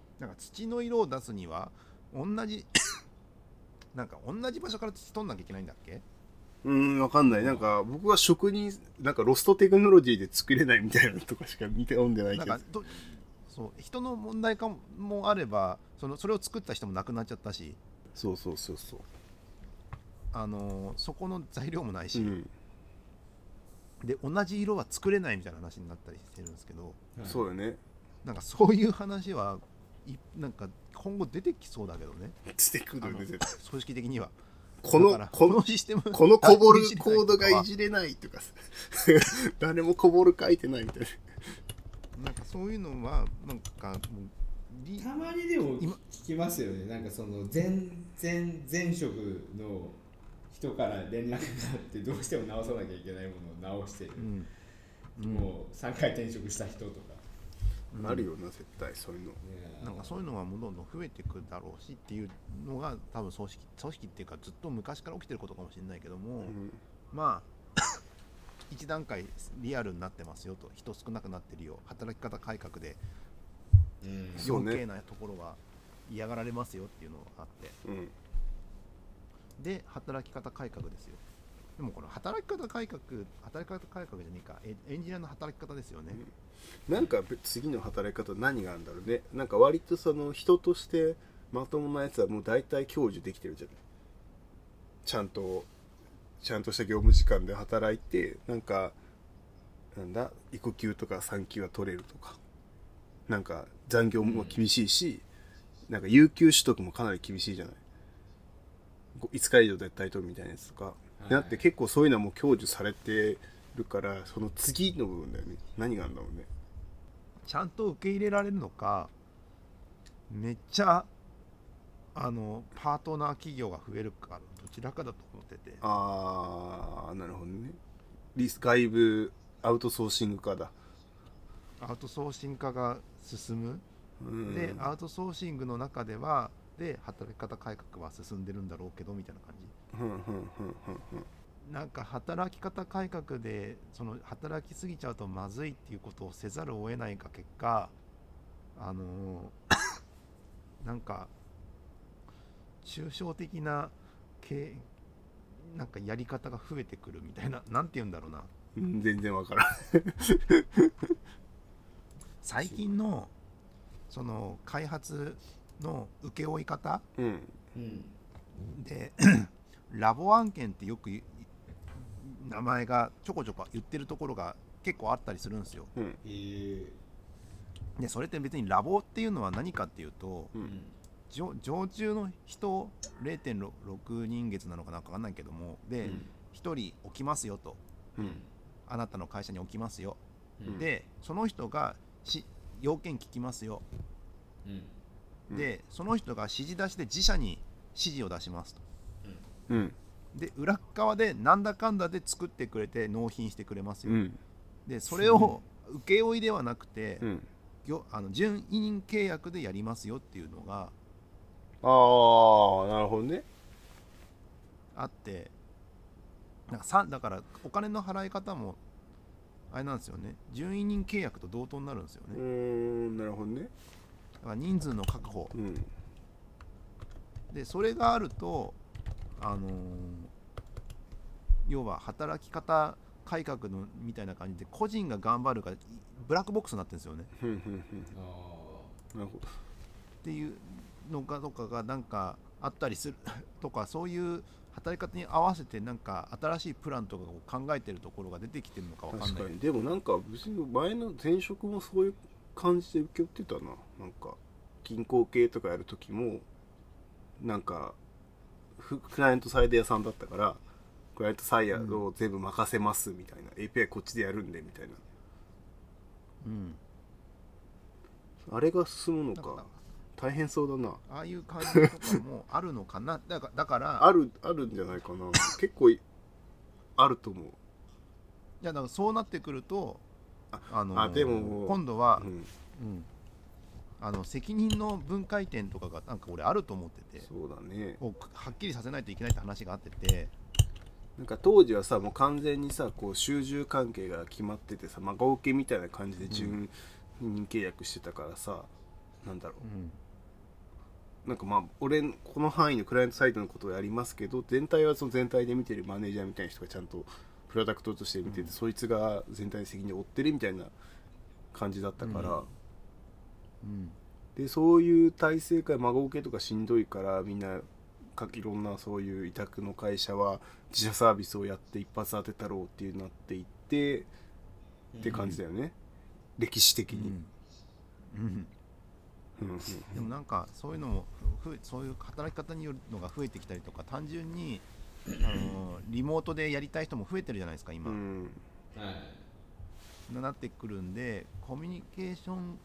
S1: なんか土の色を出すには同じ なんか同じ場所から土取んなきゃいけないんだっけ
S2: うんわかんないなんか僕は職人なんかロストテクノロジーで作れないみたいなのとかしか見て読んでない
S1: なん
S2: けど
S1: かどそう人の問題かももあればそのそれを作った人も亡くなっちゃったし
S2: そうそうそうそう
S1: あのそこの材料もないし、
S2: うん、
S1: で同じ色は作れないみたいな話になったりしてるんですけど
S3: はい
S2: そうだね
S1: なんかそういう話はいなんか今後出てきそうだけど ね
S2: してくる
S1: あ
S2: よね
S1: の
S2: 絶対
S1: 組織的には
S2: こ
S1: だから
S2: の
S1: こ
S2: こ
S1: の
S2: の
S1: システム
S2: このこぼる
S1: いじれない
S2: コードがいじれないとかさ 誰もこぼる書いてないみたいな
S1: なんかそういうのはなんかもうり
S3: たまにでも
S1: 今
S3: 聞きますよねなんかその前前前職の人から連絡があってどうしても直さなきゃいけないものを直してる、
S1: うんうん
S3: もう3回転職した人とか、
S1: うん
S2: あるよな絶対そういうの
S3: ね
S1: なんかそういうのはもうどんどん増えていくだろうしっていうのが多分組織組織っていうかずっと昔から起きてることかもしれないけども、
S2: うん
S1: まあ 一段階リアルになってますよと人少なくなってるよ働き方改革で
S3: うん
S2: そうね
S1: 余計なところは嫌がられますよっていうのがあって
S2: うん
S1: で働き方改革ですよでもこの働き方改革働き方改革じゃねえかエエンジニアの働き方ですよね、
S2: なんか次の働き方何があるんだろうねなんか割とその人としてまともなやつはもう大体享受できてるじゃないちゃんとちゃんとした業務時間で働いてなんかなんだ育休とか産休は取れるとかなんか残業も厳しいし、なんか有給取得もかなり厳しいじゃないご5日以上絶対取るみたいなやつとか、
S3: い
S2: だって結構そういうのはもう享受されてるからその次の部分だよね何があるんだろうね
S1: ちゃんと受け入れられるのかめっちゃあのパートナー企業が増えるかどちらかだと思ってて
S2: ああなるほどねリス外部アウトソーシング化だ
S1: アウトソーシング化が進む
S2: うん
S1: でアウトソーシングの中ではで働き方改革は進んでるんだろうけどみたいな感じ
S2: うんうんうんうんうん
S1: なんか働き方改革でその働きすぎちゃうとまずいっていうことをせざるを得ないが結果あのー なんか抽象的な経なんかやり方が増えてくるみたいななんて言うんだろうな
S2: うん全然わからん
S1: 最近のその開発の請負い方
S2: うん
S3: うん
S1: で ラボ案件ってよくい名前がちょこちょこ言ってるところが結構あったりするんですよ。
S2: うん
S3: えー
S1: でそれって別にラボっていうのは何かっていうと
S2: う
S3: うんん
S1: 常常駐の人0.6人月なのかなんかわかんないけども
S3: う
S1: で
S3: ん
S1: 1人置きますよと
S2: うん
S1: あなたの会社に置きますよ
S3: うん
S1: でその人がし要件聞きますよ
S3: うん
S2: うん
S1: でその人が指示出しで自社に指示を出しますと
S2: うん
S1: で裏っ側でなんだかんだで作ってくれて納品してくれます
S2: う
S1: よ
S2: ん
S1: でそれを請負いではなくて
S2: うん
S1: よあの準委任契約でやりますよっていうのが
S2: ああなるほどね
S1: あってなんかさだからお金の払い方もあれなんですよね順位人契約と同等になるんですよ
S2: う
S1: ね
S2: ーんなるほどね
S1: だから人数の確保
S2: うん
S1: でそれがあるとあのー要は働き方改革のみたいな感じで個人が頑張るからいブラックボックスになってるんですよね
S2: ふんふんふん
S3: あ
S2: なるほど
S1: っていうのがとかがなんかあったりする とかそういう働き方に合わせてなんか新しいプランとかを考えてるところが出てきてるのかわかんない
S2: 確かにでもなんか別に前の前職もそういう感じで受け負ってたななんか銀行系とかやる時もなんかふクライアントサイド屋さんだったからクライアントサイヤを全部任せますみたいな、API こっちでやるんでみたいな
S1: うん
S2: あれが進むの
S1: なん
S2: か
S1: か
S2: 大変そうだな
S1: ああいう感じとかもあるのかな だからだから
S2: あるあるんじゃないかな結構いあると思う
S1: いやだからそうなってくると
S2: あ
S1: あの
S2: あでも
S1: 今度は
S2: う、ん
S1: うんあの責任の分解点とかがなんか俺あると思ってて
S2: そうだね
S1: をはっきりさせないといけないって話があってて
S2: なんか当時はさもう完全にさこう集中関係が決まっててさ孫受けみたいな感じで準人契約してたからさ、なんだろ
S1: うん
S2: うなんかまあ俺のこの範囲のクライアントサイドのことをやりますけど全体はその全体で見てるマネージャーみたいな人がちゃんとプロダクトとして見てて、
S1: うん
S2: そいつが全体的に追ってるみたいな感じだったから、
S1: うんうん
S2: でそういう体制から孫受けとかしんどいからみんなかいろんなそういう委託の会社は自社サービスをやって一発当てたろうっていうなっていってって感じだよね、歴史的
S1: う
S2: に、
S1: んうん
S2: うんうん
S1: でもなんかそういうのもふそういう働き方によるのが増えてきたりとか単純にあのリモートでやりたい人も増えてるじゃないですか今、
S2: うん
S3: はい
S1: ななってくるんでコミュニケーション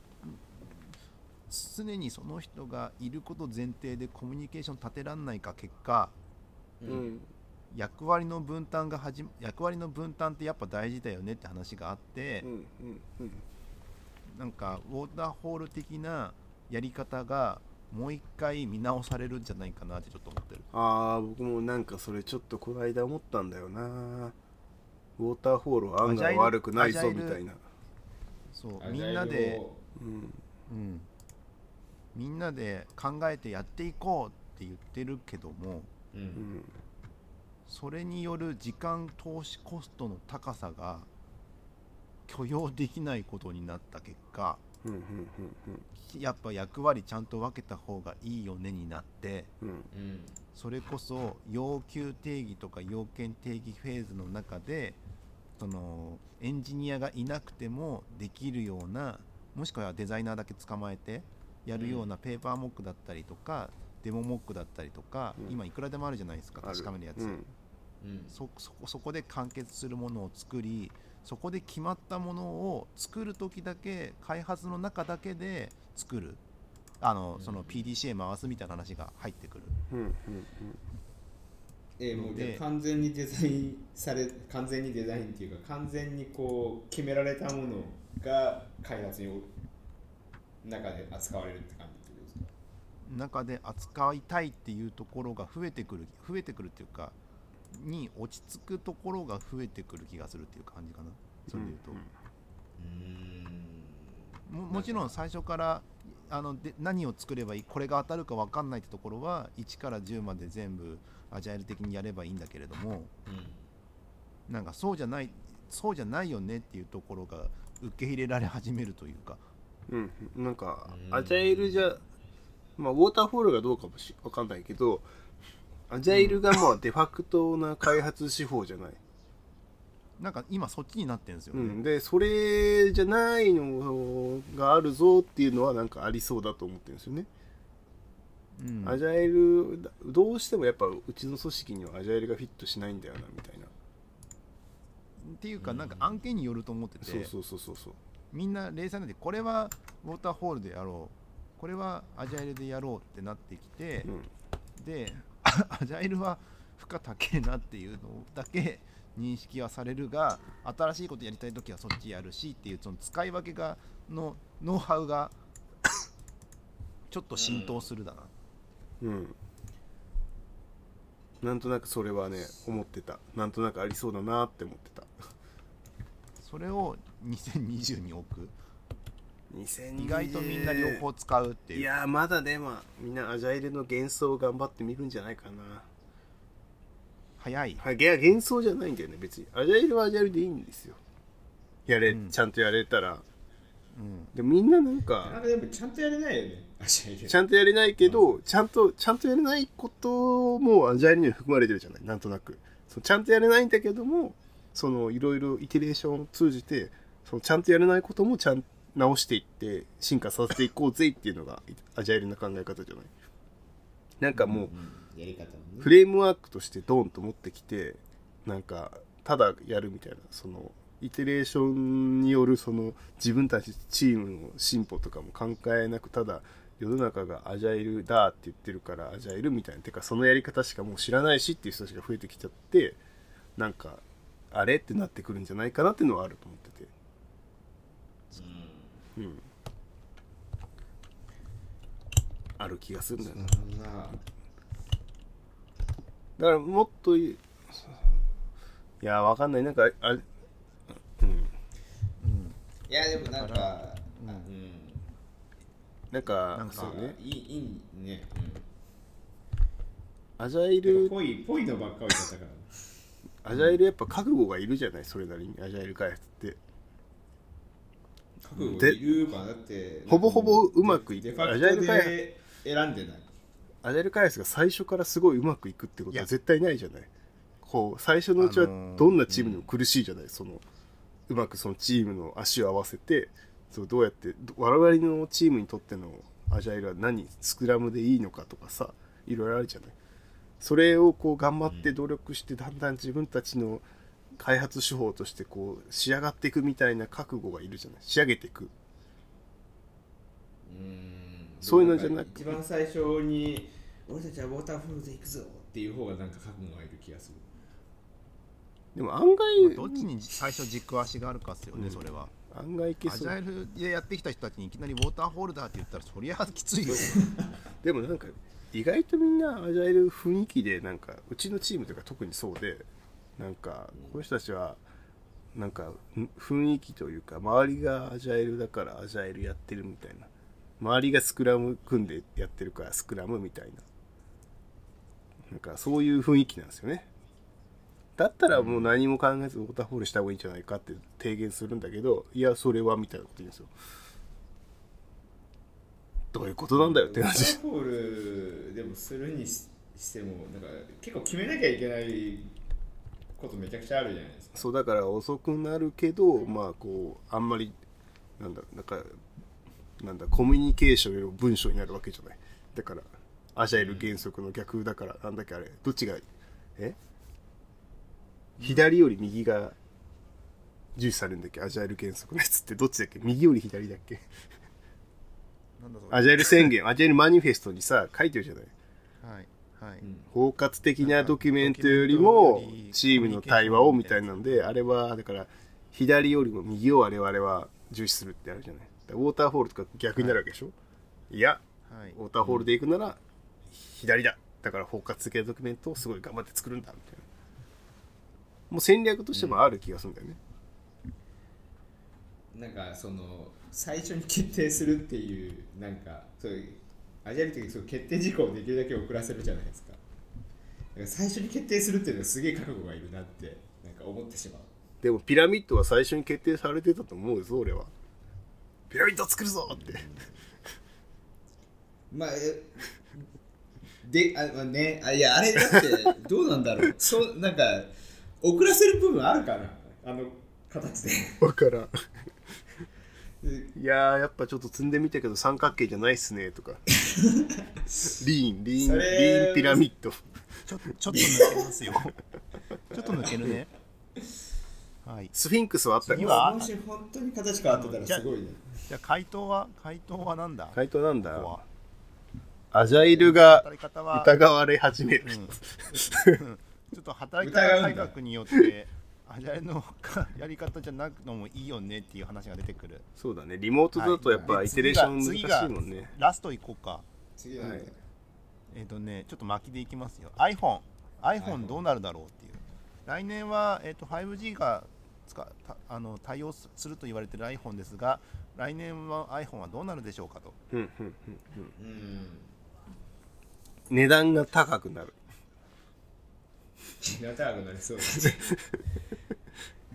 S1: 常にその人がいること前提でコミュニケーション立てらんないか結果
S2: う
S3: うん
S2: ん
S1: 役割の分担がはじ役割の分担ってやっぱ大事だよねって話があって、
S2: うんうん
S1: なんかウォーターホール的なやり方がもう一回見直されるんじゃないかなってちょっと思ってる。
S2: ああ僕もなんかそれちょっとこの間思ったんだよなウォーターホールは案
S1: アジャイ
S2: 外
S1: ル
S2: 悪くない
S1: アジ
S2: ぞ
S1: ャイ
S2: み
S1: ル
S2: たいな、
S1: そう
S3: アジ
S1: み
S3: ャイ
S1: ん
S3: ルを
S1: なで、
S2: うん、
S1: うん、みんなで考えてやっていこうって言ってるけども
S3: う
S2: うんん
S1: それによる時間投資コストの高さが許容できないことになった結果
S2: うんうん
S1: やっぱ役割ちゃんと分けた方がいいよねになって
S2: うんうん
S3: うん
S1: それこそ要求定義とか要件定義フェーズの中でそのエンジニアがいなくてもできるようなもしくはデザイナーだけ捕まえてやるようなペーパーモックだったりとか、デモモックだったりとか、
S2: うん
S1: 今いくらでもあるじゃないですか
S2: ある
S1: 確かめるやつ、
S2: うん
S3: うん
S1: そそこそこで完結するものを作りそこで決まったものを作る時だけ開発の中だけで作るあの、
S3: うん
S1: その PDCA 回すみたいな話が入ってくる。
S2: うんうん
S3: えーもうじゃあ
S1: で
S3: 完全にデザインされ完全にデザインっていうか完全にこう決められたものが開発の中で扱われるって感じってことですか
S1: 中で扱いたいっていうところが増えてくる増えてくるっていうかに落ち着くところが増えてくる気がするっていう感じかなそれでいうと、
S2: うんうん
S1: ももちろん最初からあので何を作ればいいこれが当たるか分かんないってところは1から10まで全部アジャイル的にやればいいんだけれどもなんかそうじゃないそうじゃないよねっていうところが受け入れられ始めるというか
S2: うんうん、なんか
S3: うん
S2: アジャイルじゃ、まあ、ウォーターフォールがどうかもしわかんないけどアジャイルがもうデファクトな開発手法じゃない、
S1: なんか今そっちになってるんですよ
S2: う
S1: ね、
S2: ん、でそれじゃないのがあるぞっていうのはなんかありそうだと思ってるんですよね、
S1: うん
S2: アジャイルだどうしてもやっぱうちの組織にはアジャイルがフィットしないんだよなみたいな
S1: っていうかなんか案件によると思ってて、
S2: そうそうそうそうそう
S1: みんな冷静になってこれはウォーターホールでやろうこれはアジャイルでやろうってなってきて、
S2: う
S1: で アジャイルは負荷高えなっていうのだけ認識はされるが新しいことやりたい時はそっちやるしっていうその使い分けがのノウハウ がちょっと浸透するだな、
S2: ん、うん、なんとなくそれはね思ってたなんとなくありそうだなって思ってた
S1: それを2020に置く
S2: 2020
S1: 意外とみんな両方使うっていう
S2: いやーまだねまあみんなアジャイルの幻想を頑張ってみるんじゃないかな
S1: 早い、
S2: はいいや幻想じゃないんだよね別にアジャイルはアジャイルでいいんですよやれ、
S1: うん
S2: ちゃんとやれたら
S1: うん、
S2: でみんななん
S3: なかな
S2: か
S3: かでもちゃんとやれないよねアジャイル
S2: ちゃんとやれないけどちゃんとちゃんとやれないこともアジャイルには含まれてるじゃないなんとなくそのちゃんとやれないんだけどもそのいろいろイテレーションを通じてそのちゃんとやれないこともちゃん直していって進化させていこうぜっていうのがアジャイルな考え方じゃないなんかもう、
S3: うんやり方もね
S2: フレームワークとしてドンと持ってきてなんかただやるみたいなそのイテレーションによるその自分たちチームの進歩とかも考えなくただ世の中がアジャイルだって言ってるからアジャイルみたいなてかそのやり方しかもう知らないしっていう人たちが増えてきちゃってなんかあれってなってくるんじゃないかなっていうのはあると思ってて、
S3: うん
S2: うん、ある気がするんだよね
S3: そんな
S2: だからもっといいいやわかんないなんかあれうん
S1: うん
S3: いやでもなんか
S1: うん
S3: うん
S2: なんか
S1: なんか
S2: そうね
S3: いいいいね
S2: アジャイ
S3: うん
S2: ル
S3: ぽいぽいのばっかりだったから
S2: アジャイルやっぱ覚悟がいるじゃないそれなりにアジャイル開発って
S3: 覚悟いるかなだって
S2: ほぼほぼうまくいっ
S3: デファ
S2: ア
S3: ク
S2: ジャイ
S3: ト
S2: ル開発
S3: で選んでない
S2: アジャイル開発が最初からすごいうまくいくってこ
S1: い
S2: とは
S1: や
S2: 絶対ないじゃないこう最初のうちは
S1: あのー
S2: どんなチームにも苦しいじゃない、そのうまくそのチームの足を合わせてそうどうやってど我々のチームにとってのアジャイルは何スクラムでいいのかとかさいろいろあるじゃないそれをこう頑張って努力してだんだん自分たちの開発手法としてこう仕上がっていくみたいな覚悟がいるじゃない仕上げていく
S3: うん
S2: そういうのじゃなく
S3: んか一番最初に俺たちはウォーターフォールで行くぞっていう方がなんか覚悟がいる気がする
S2: でも案
S1: まあどっ
S2: 外
S1: ちに最初軸足があるかっすよね、
S2: うん
S1: それは
S2: 案外いけ
S1: ア
S2: そ
S1: ジ
S2: う
S1: ャイルでやってきた人たちにいきなりウォーターホールダーって言ったらそりゃきついよ
S2: でもなんか意外とみんなアジャイル雰囲気でなんかうちのチームとか特にそうでなんかこの人たちはなんかふ雰囲気というか周りがアジャイルだからアジャイルやってるみたいな周りがスクラム組んでやってるからスクラムみたいななんかそういう雰囲気なんですよねだったらもう何も考えずウォーターホールした方がいいんじゃないかって提言するんだけどいやそれはみたいなこと言うんですよどういうことなんだよって
S3: ウォ
S2: 話
S3: ーターフォールでもするにししてもなんか結構決めなきゃいけないことめちゃくちゃあるじゃないですか
S2: そうだから遅くなるけどまあこうあんまりなんだなんかなんだコミュニケーションよりも文章になるわけじゃないだからアジャイル原則の逆だからなんだっけあれどっちがえ左より右が重視されるんだっけアジャイル原則のやつってどっちだっけ右より左だっけ
S1: なんだそれ
S2: アジャイル宣言アジャイルマニフェストにさ書いてるじゃない
S1: はいはい、
S3: うん
S2: 包括的なドキュメントより
S1: ド
S2: も
S1: キュメントより
S2: チームの対話をみたいなんであれはだから左よりも右を我々は重視するってあるじゃないだからウォーターホールとか逆になるわけでしょ、い、や
S1: はい
S2: ウォーターホールで行くなら左だだから包括的なドキュメントをすごい頑張って作るんだみたいなもう戦略としてもある気がするんだよね、
S3: なんかその最初に決定するっていうなんかそういうアジャイルってそう決定事項をできるだけ遅らせるじゃないですかなんか最初に決定するっていうのはすげえ覚悟がいるなってなんか思ってしまう
S2: でもピラミッドは最初に決定されてたと思うよ俺はピラミッド作るぞって
S3: まあえであ、まあ、ねあいやあれだってどうなんだろ うそうなんか遅らせる部分あるかなあの形で
S2: わからんいやーやっぱちょっと積んでみたけど三角形じゃないっすねとかリーンリー
S3: そ
S2: ンリ
S3: れ
S2: ーンピラミッド
S1: ちょちょっと抜けますよ ちょっと抜けるねはい
S2: スフィンクスはあった
S1: 次
S2: か
S1: は
S2: ら
S1: わ
S3: もし本当に形変わってたらすごいね
S1: じゃあ回答は回答はなんだ
S2: 回答なんだ
S1: ここは
S2: アジャイルが
S1: 働き方は
S2: 疑われ始める、
S1: うんうんちょっと働き方改革によってアジャイルの かやり方じゃなくのもいいよねっていう話が出てくる
S2: そうだねリモートだとやっぱ
S1: はい
S2: イテレーション難
S1: 次が
S2: しいもんね、
S1: ラストいこうか
S3: 次なんだ
S2: はい
S1: えっ、とねちょっと巻きでいきますよ iPhone iPhone どうなるだろうっていう来年は、えー、と 5G がつかたあの対応すすると言われている iPhone ですが来年は iPhone はどうなるでしょうかと
S2: うんうんうんうん
S3: うん
S2: 値段が高くなる
S3: 気が高くなりそうですね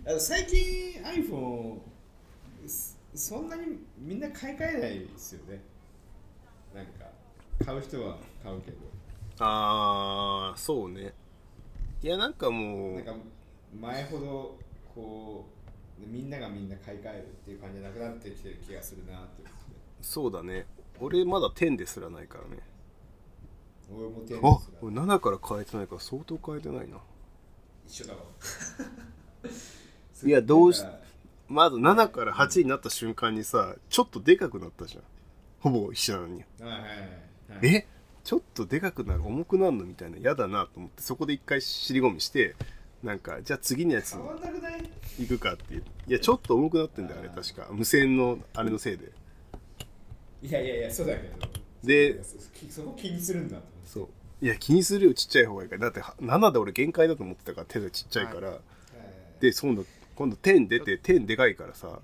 S3: あの最近 iPhone すそんなにみんな買い替えないですよねなんか買う人は買うけど
S2: ああそうねいやなんかも
S3: なんか
S2: う
S3: 前ほどこうみんながみんな買い替えるっていう感じじゃなくなってきてる気がするなって
S2: そうだね俺まだ10ですらないからね
S3: 思って俺も
S2: あ
S3: テン
S2: 俺7から変えてないから相当変えてないな
S3: 一緒だわ
S2: いやどうし
S3: なんか
S2: まず7から8になった瞬間にさちょっとでかくなったじゃんほぼ一緒なのに
S3: はいはいはいはい
S2: えちょっとでかくなる重くなるのみたいな嫌だなと思ってそこで一回尻込みしてなんかじゃあ次のやつ
S3: 変わんなくない
S2: 行くかっていういやちょっと重くなってんだよあれ確か無線のあれのせいで
S3: いやいやいやそうだけど
S2: で
S3: そそこ気にするんだと思って
S2: そういや気にするよちっちゃい方がいいからだっては7で俺限界だと思ってたから手がちっちゃいから、で今度今度10出て10でかいからさ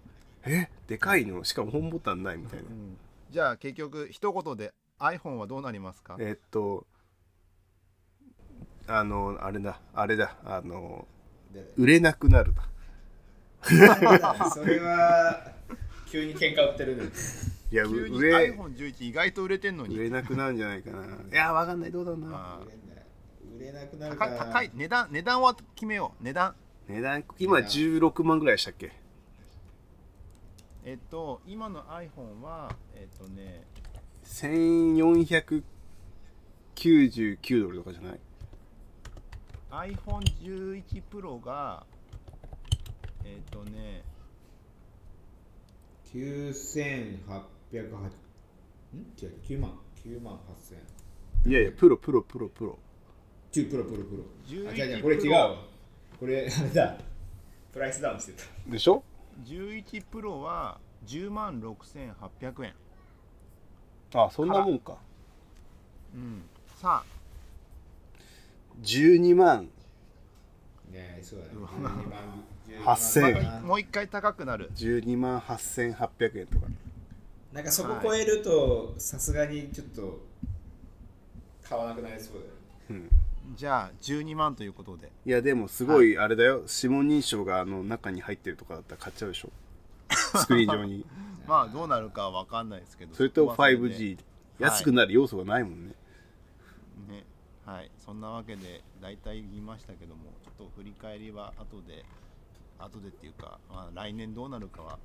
S2: えでかいのしかも本ボタンないみたいな
S1: うんじゃあ結局一言で iPhone はどうなりますか
S2: えっとあのあれだあれだあの
S3: で
S2: 売れなくなるだ
S3: それは急に喧嘩売ってるね
S2: いやう
S1: 急に
S2: 売れ
S1: iPhone11 意外と売れてんの
S2: 売
S1: に
S2: れなくなるんじゃないかないやわかんないどうだろうな
S1: あ
S3: 売れなくな
S1: ー
S3: るか
S1: 高い高い値段値段は決めよう値段
S2: 値段今16万ぐらいでしたっけ
S1: えっと今の iPhone はえっとね
S2: 1499ドルとかじゃない
S1: iPhone11 Pro がえっとね
S3: 9808ん違う9万9万8000
S2: いやいやプロプロプロプロ
S3: 9プロプロプロ
S1: 11
S3: あ違う違うこれ違うわこれ あれだプライスダウンしてた
S2: でしょ
S1: 11 Pro は10万6800円
S2: あそんなもんか
S1: うんさあ
S2: 12万
S3: ねえそう だね
S1: うわ
S3: 12万12万
S2: 8000
S3: かな
S1: もう一回高くなる
S2: 12万8800円とか
S3: なんかそこ超えるとさすがにちょっと買わなくなりそうだよね
S1: じゃあ12万ということで
S2: いやでもすごいあれだよ指紋認証があの中に入ってるとかだったら買っちゃう でしょスクリーン上に
S1: まあどうなるかわかんないですけど
S2: それと
S1: こはそれで
S2: 5G 安くなる要素がないもんね、
S1: ねはいそんなわけで大体言いましたけどもちょっと振り返りは後で後でっていうか、まあ、来年どうなるかは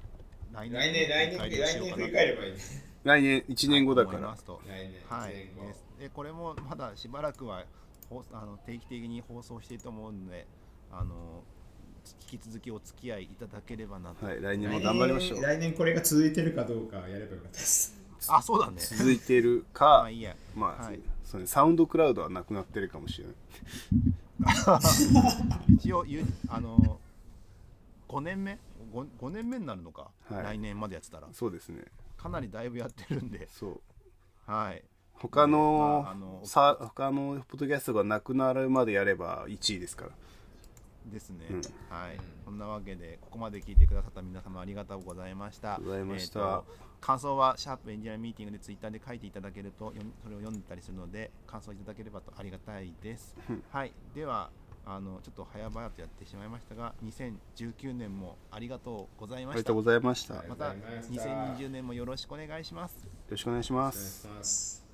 S1: 来
S3: 来年来年
S1: 振り
S3: 来
S1: 返りをしようか
S3: 年振
S1: な
S3: り返ればいいね
S2: 来年1年後だか
S1: 思い
S2: ら、
S1: ますと
S3: 来年
S1: はい
S3: 1年後
S1: ですでこれもまだしばらくは放あの定期的に放送していると思うのであの引き続きお付き合いいただければなと、
S2: はい、来年も頑張りましょう
S3: 来年これが続いてるかどうかやればよかったです。
S1: あそうだね
S2: 続いてる
S1: ま
S2: か
S1: あいいや
S2: まあ、
S1: はい
S2: それサウンドクラウドはなくなってるかもしれない
S1: 一応ゆあの5年目 5, 5年目になるのか、
S2: はい
S1: 来年までやってたら
S2: そうですね
S1: かなりだいぶやってるんで
S2: そう
S1: はい
S2: 他の,、
S1: まああの
S2: さ他のポッドキャストがなくなるまでやれば1位ですから
S1: ですね、
S2: うん
S1: はい
S3: うん
S1: そんなわけでここまで聞いてくださった皆様ありがとうございました
S2: ございました
S1: えーと感想はシャープエンジニアミーティングでツイッターで書いていただけると読みそれを読んでたりするので感想いただければとありがたいですはいではあのちょっと早々とやってしまいましたが2019年もありがとうござい
S2: あ
S1: まし
S2: りがと
S1: た
S2: うご
S1: ま
S2: ざいました、
S3: はい
S2: よ
S1: た
S3: ありがとうございました
S1: 2020年もよろしくお願いします
S2: ろしくお願いしま
S3: お願い
S2: す
S3: します。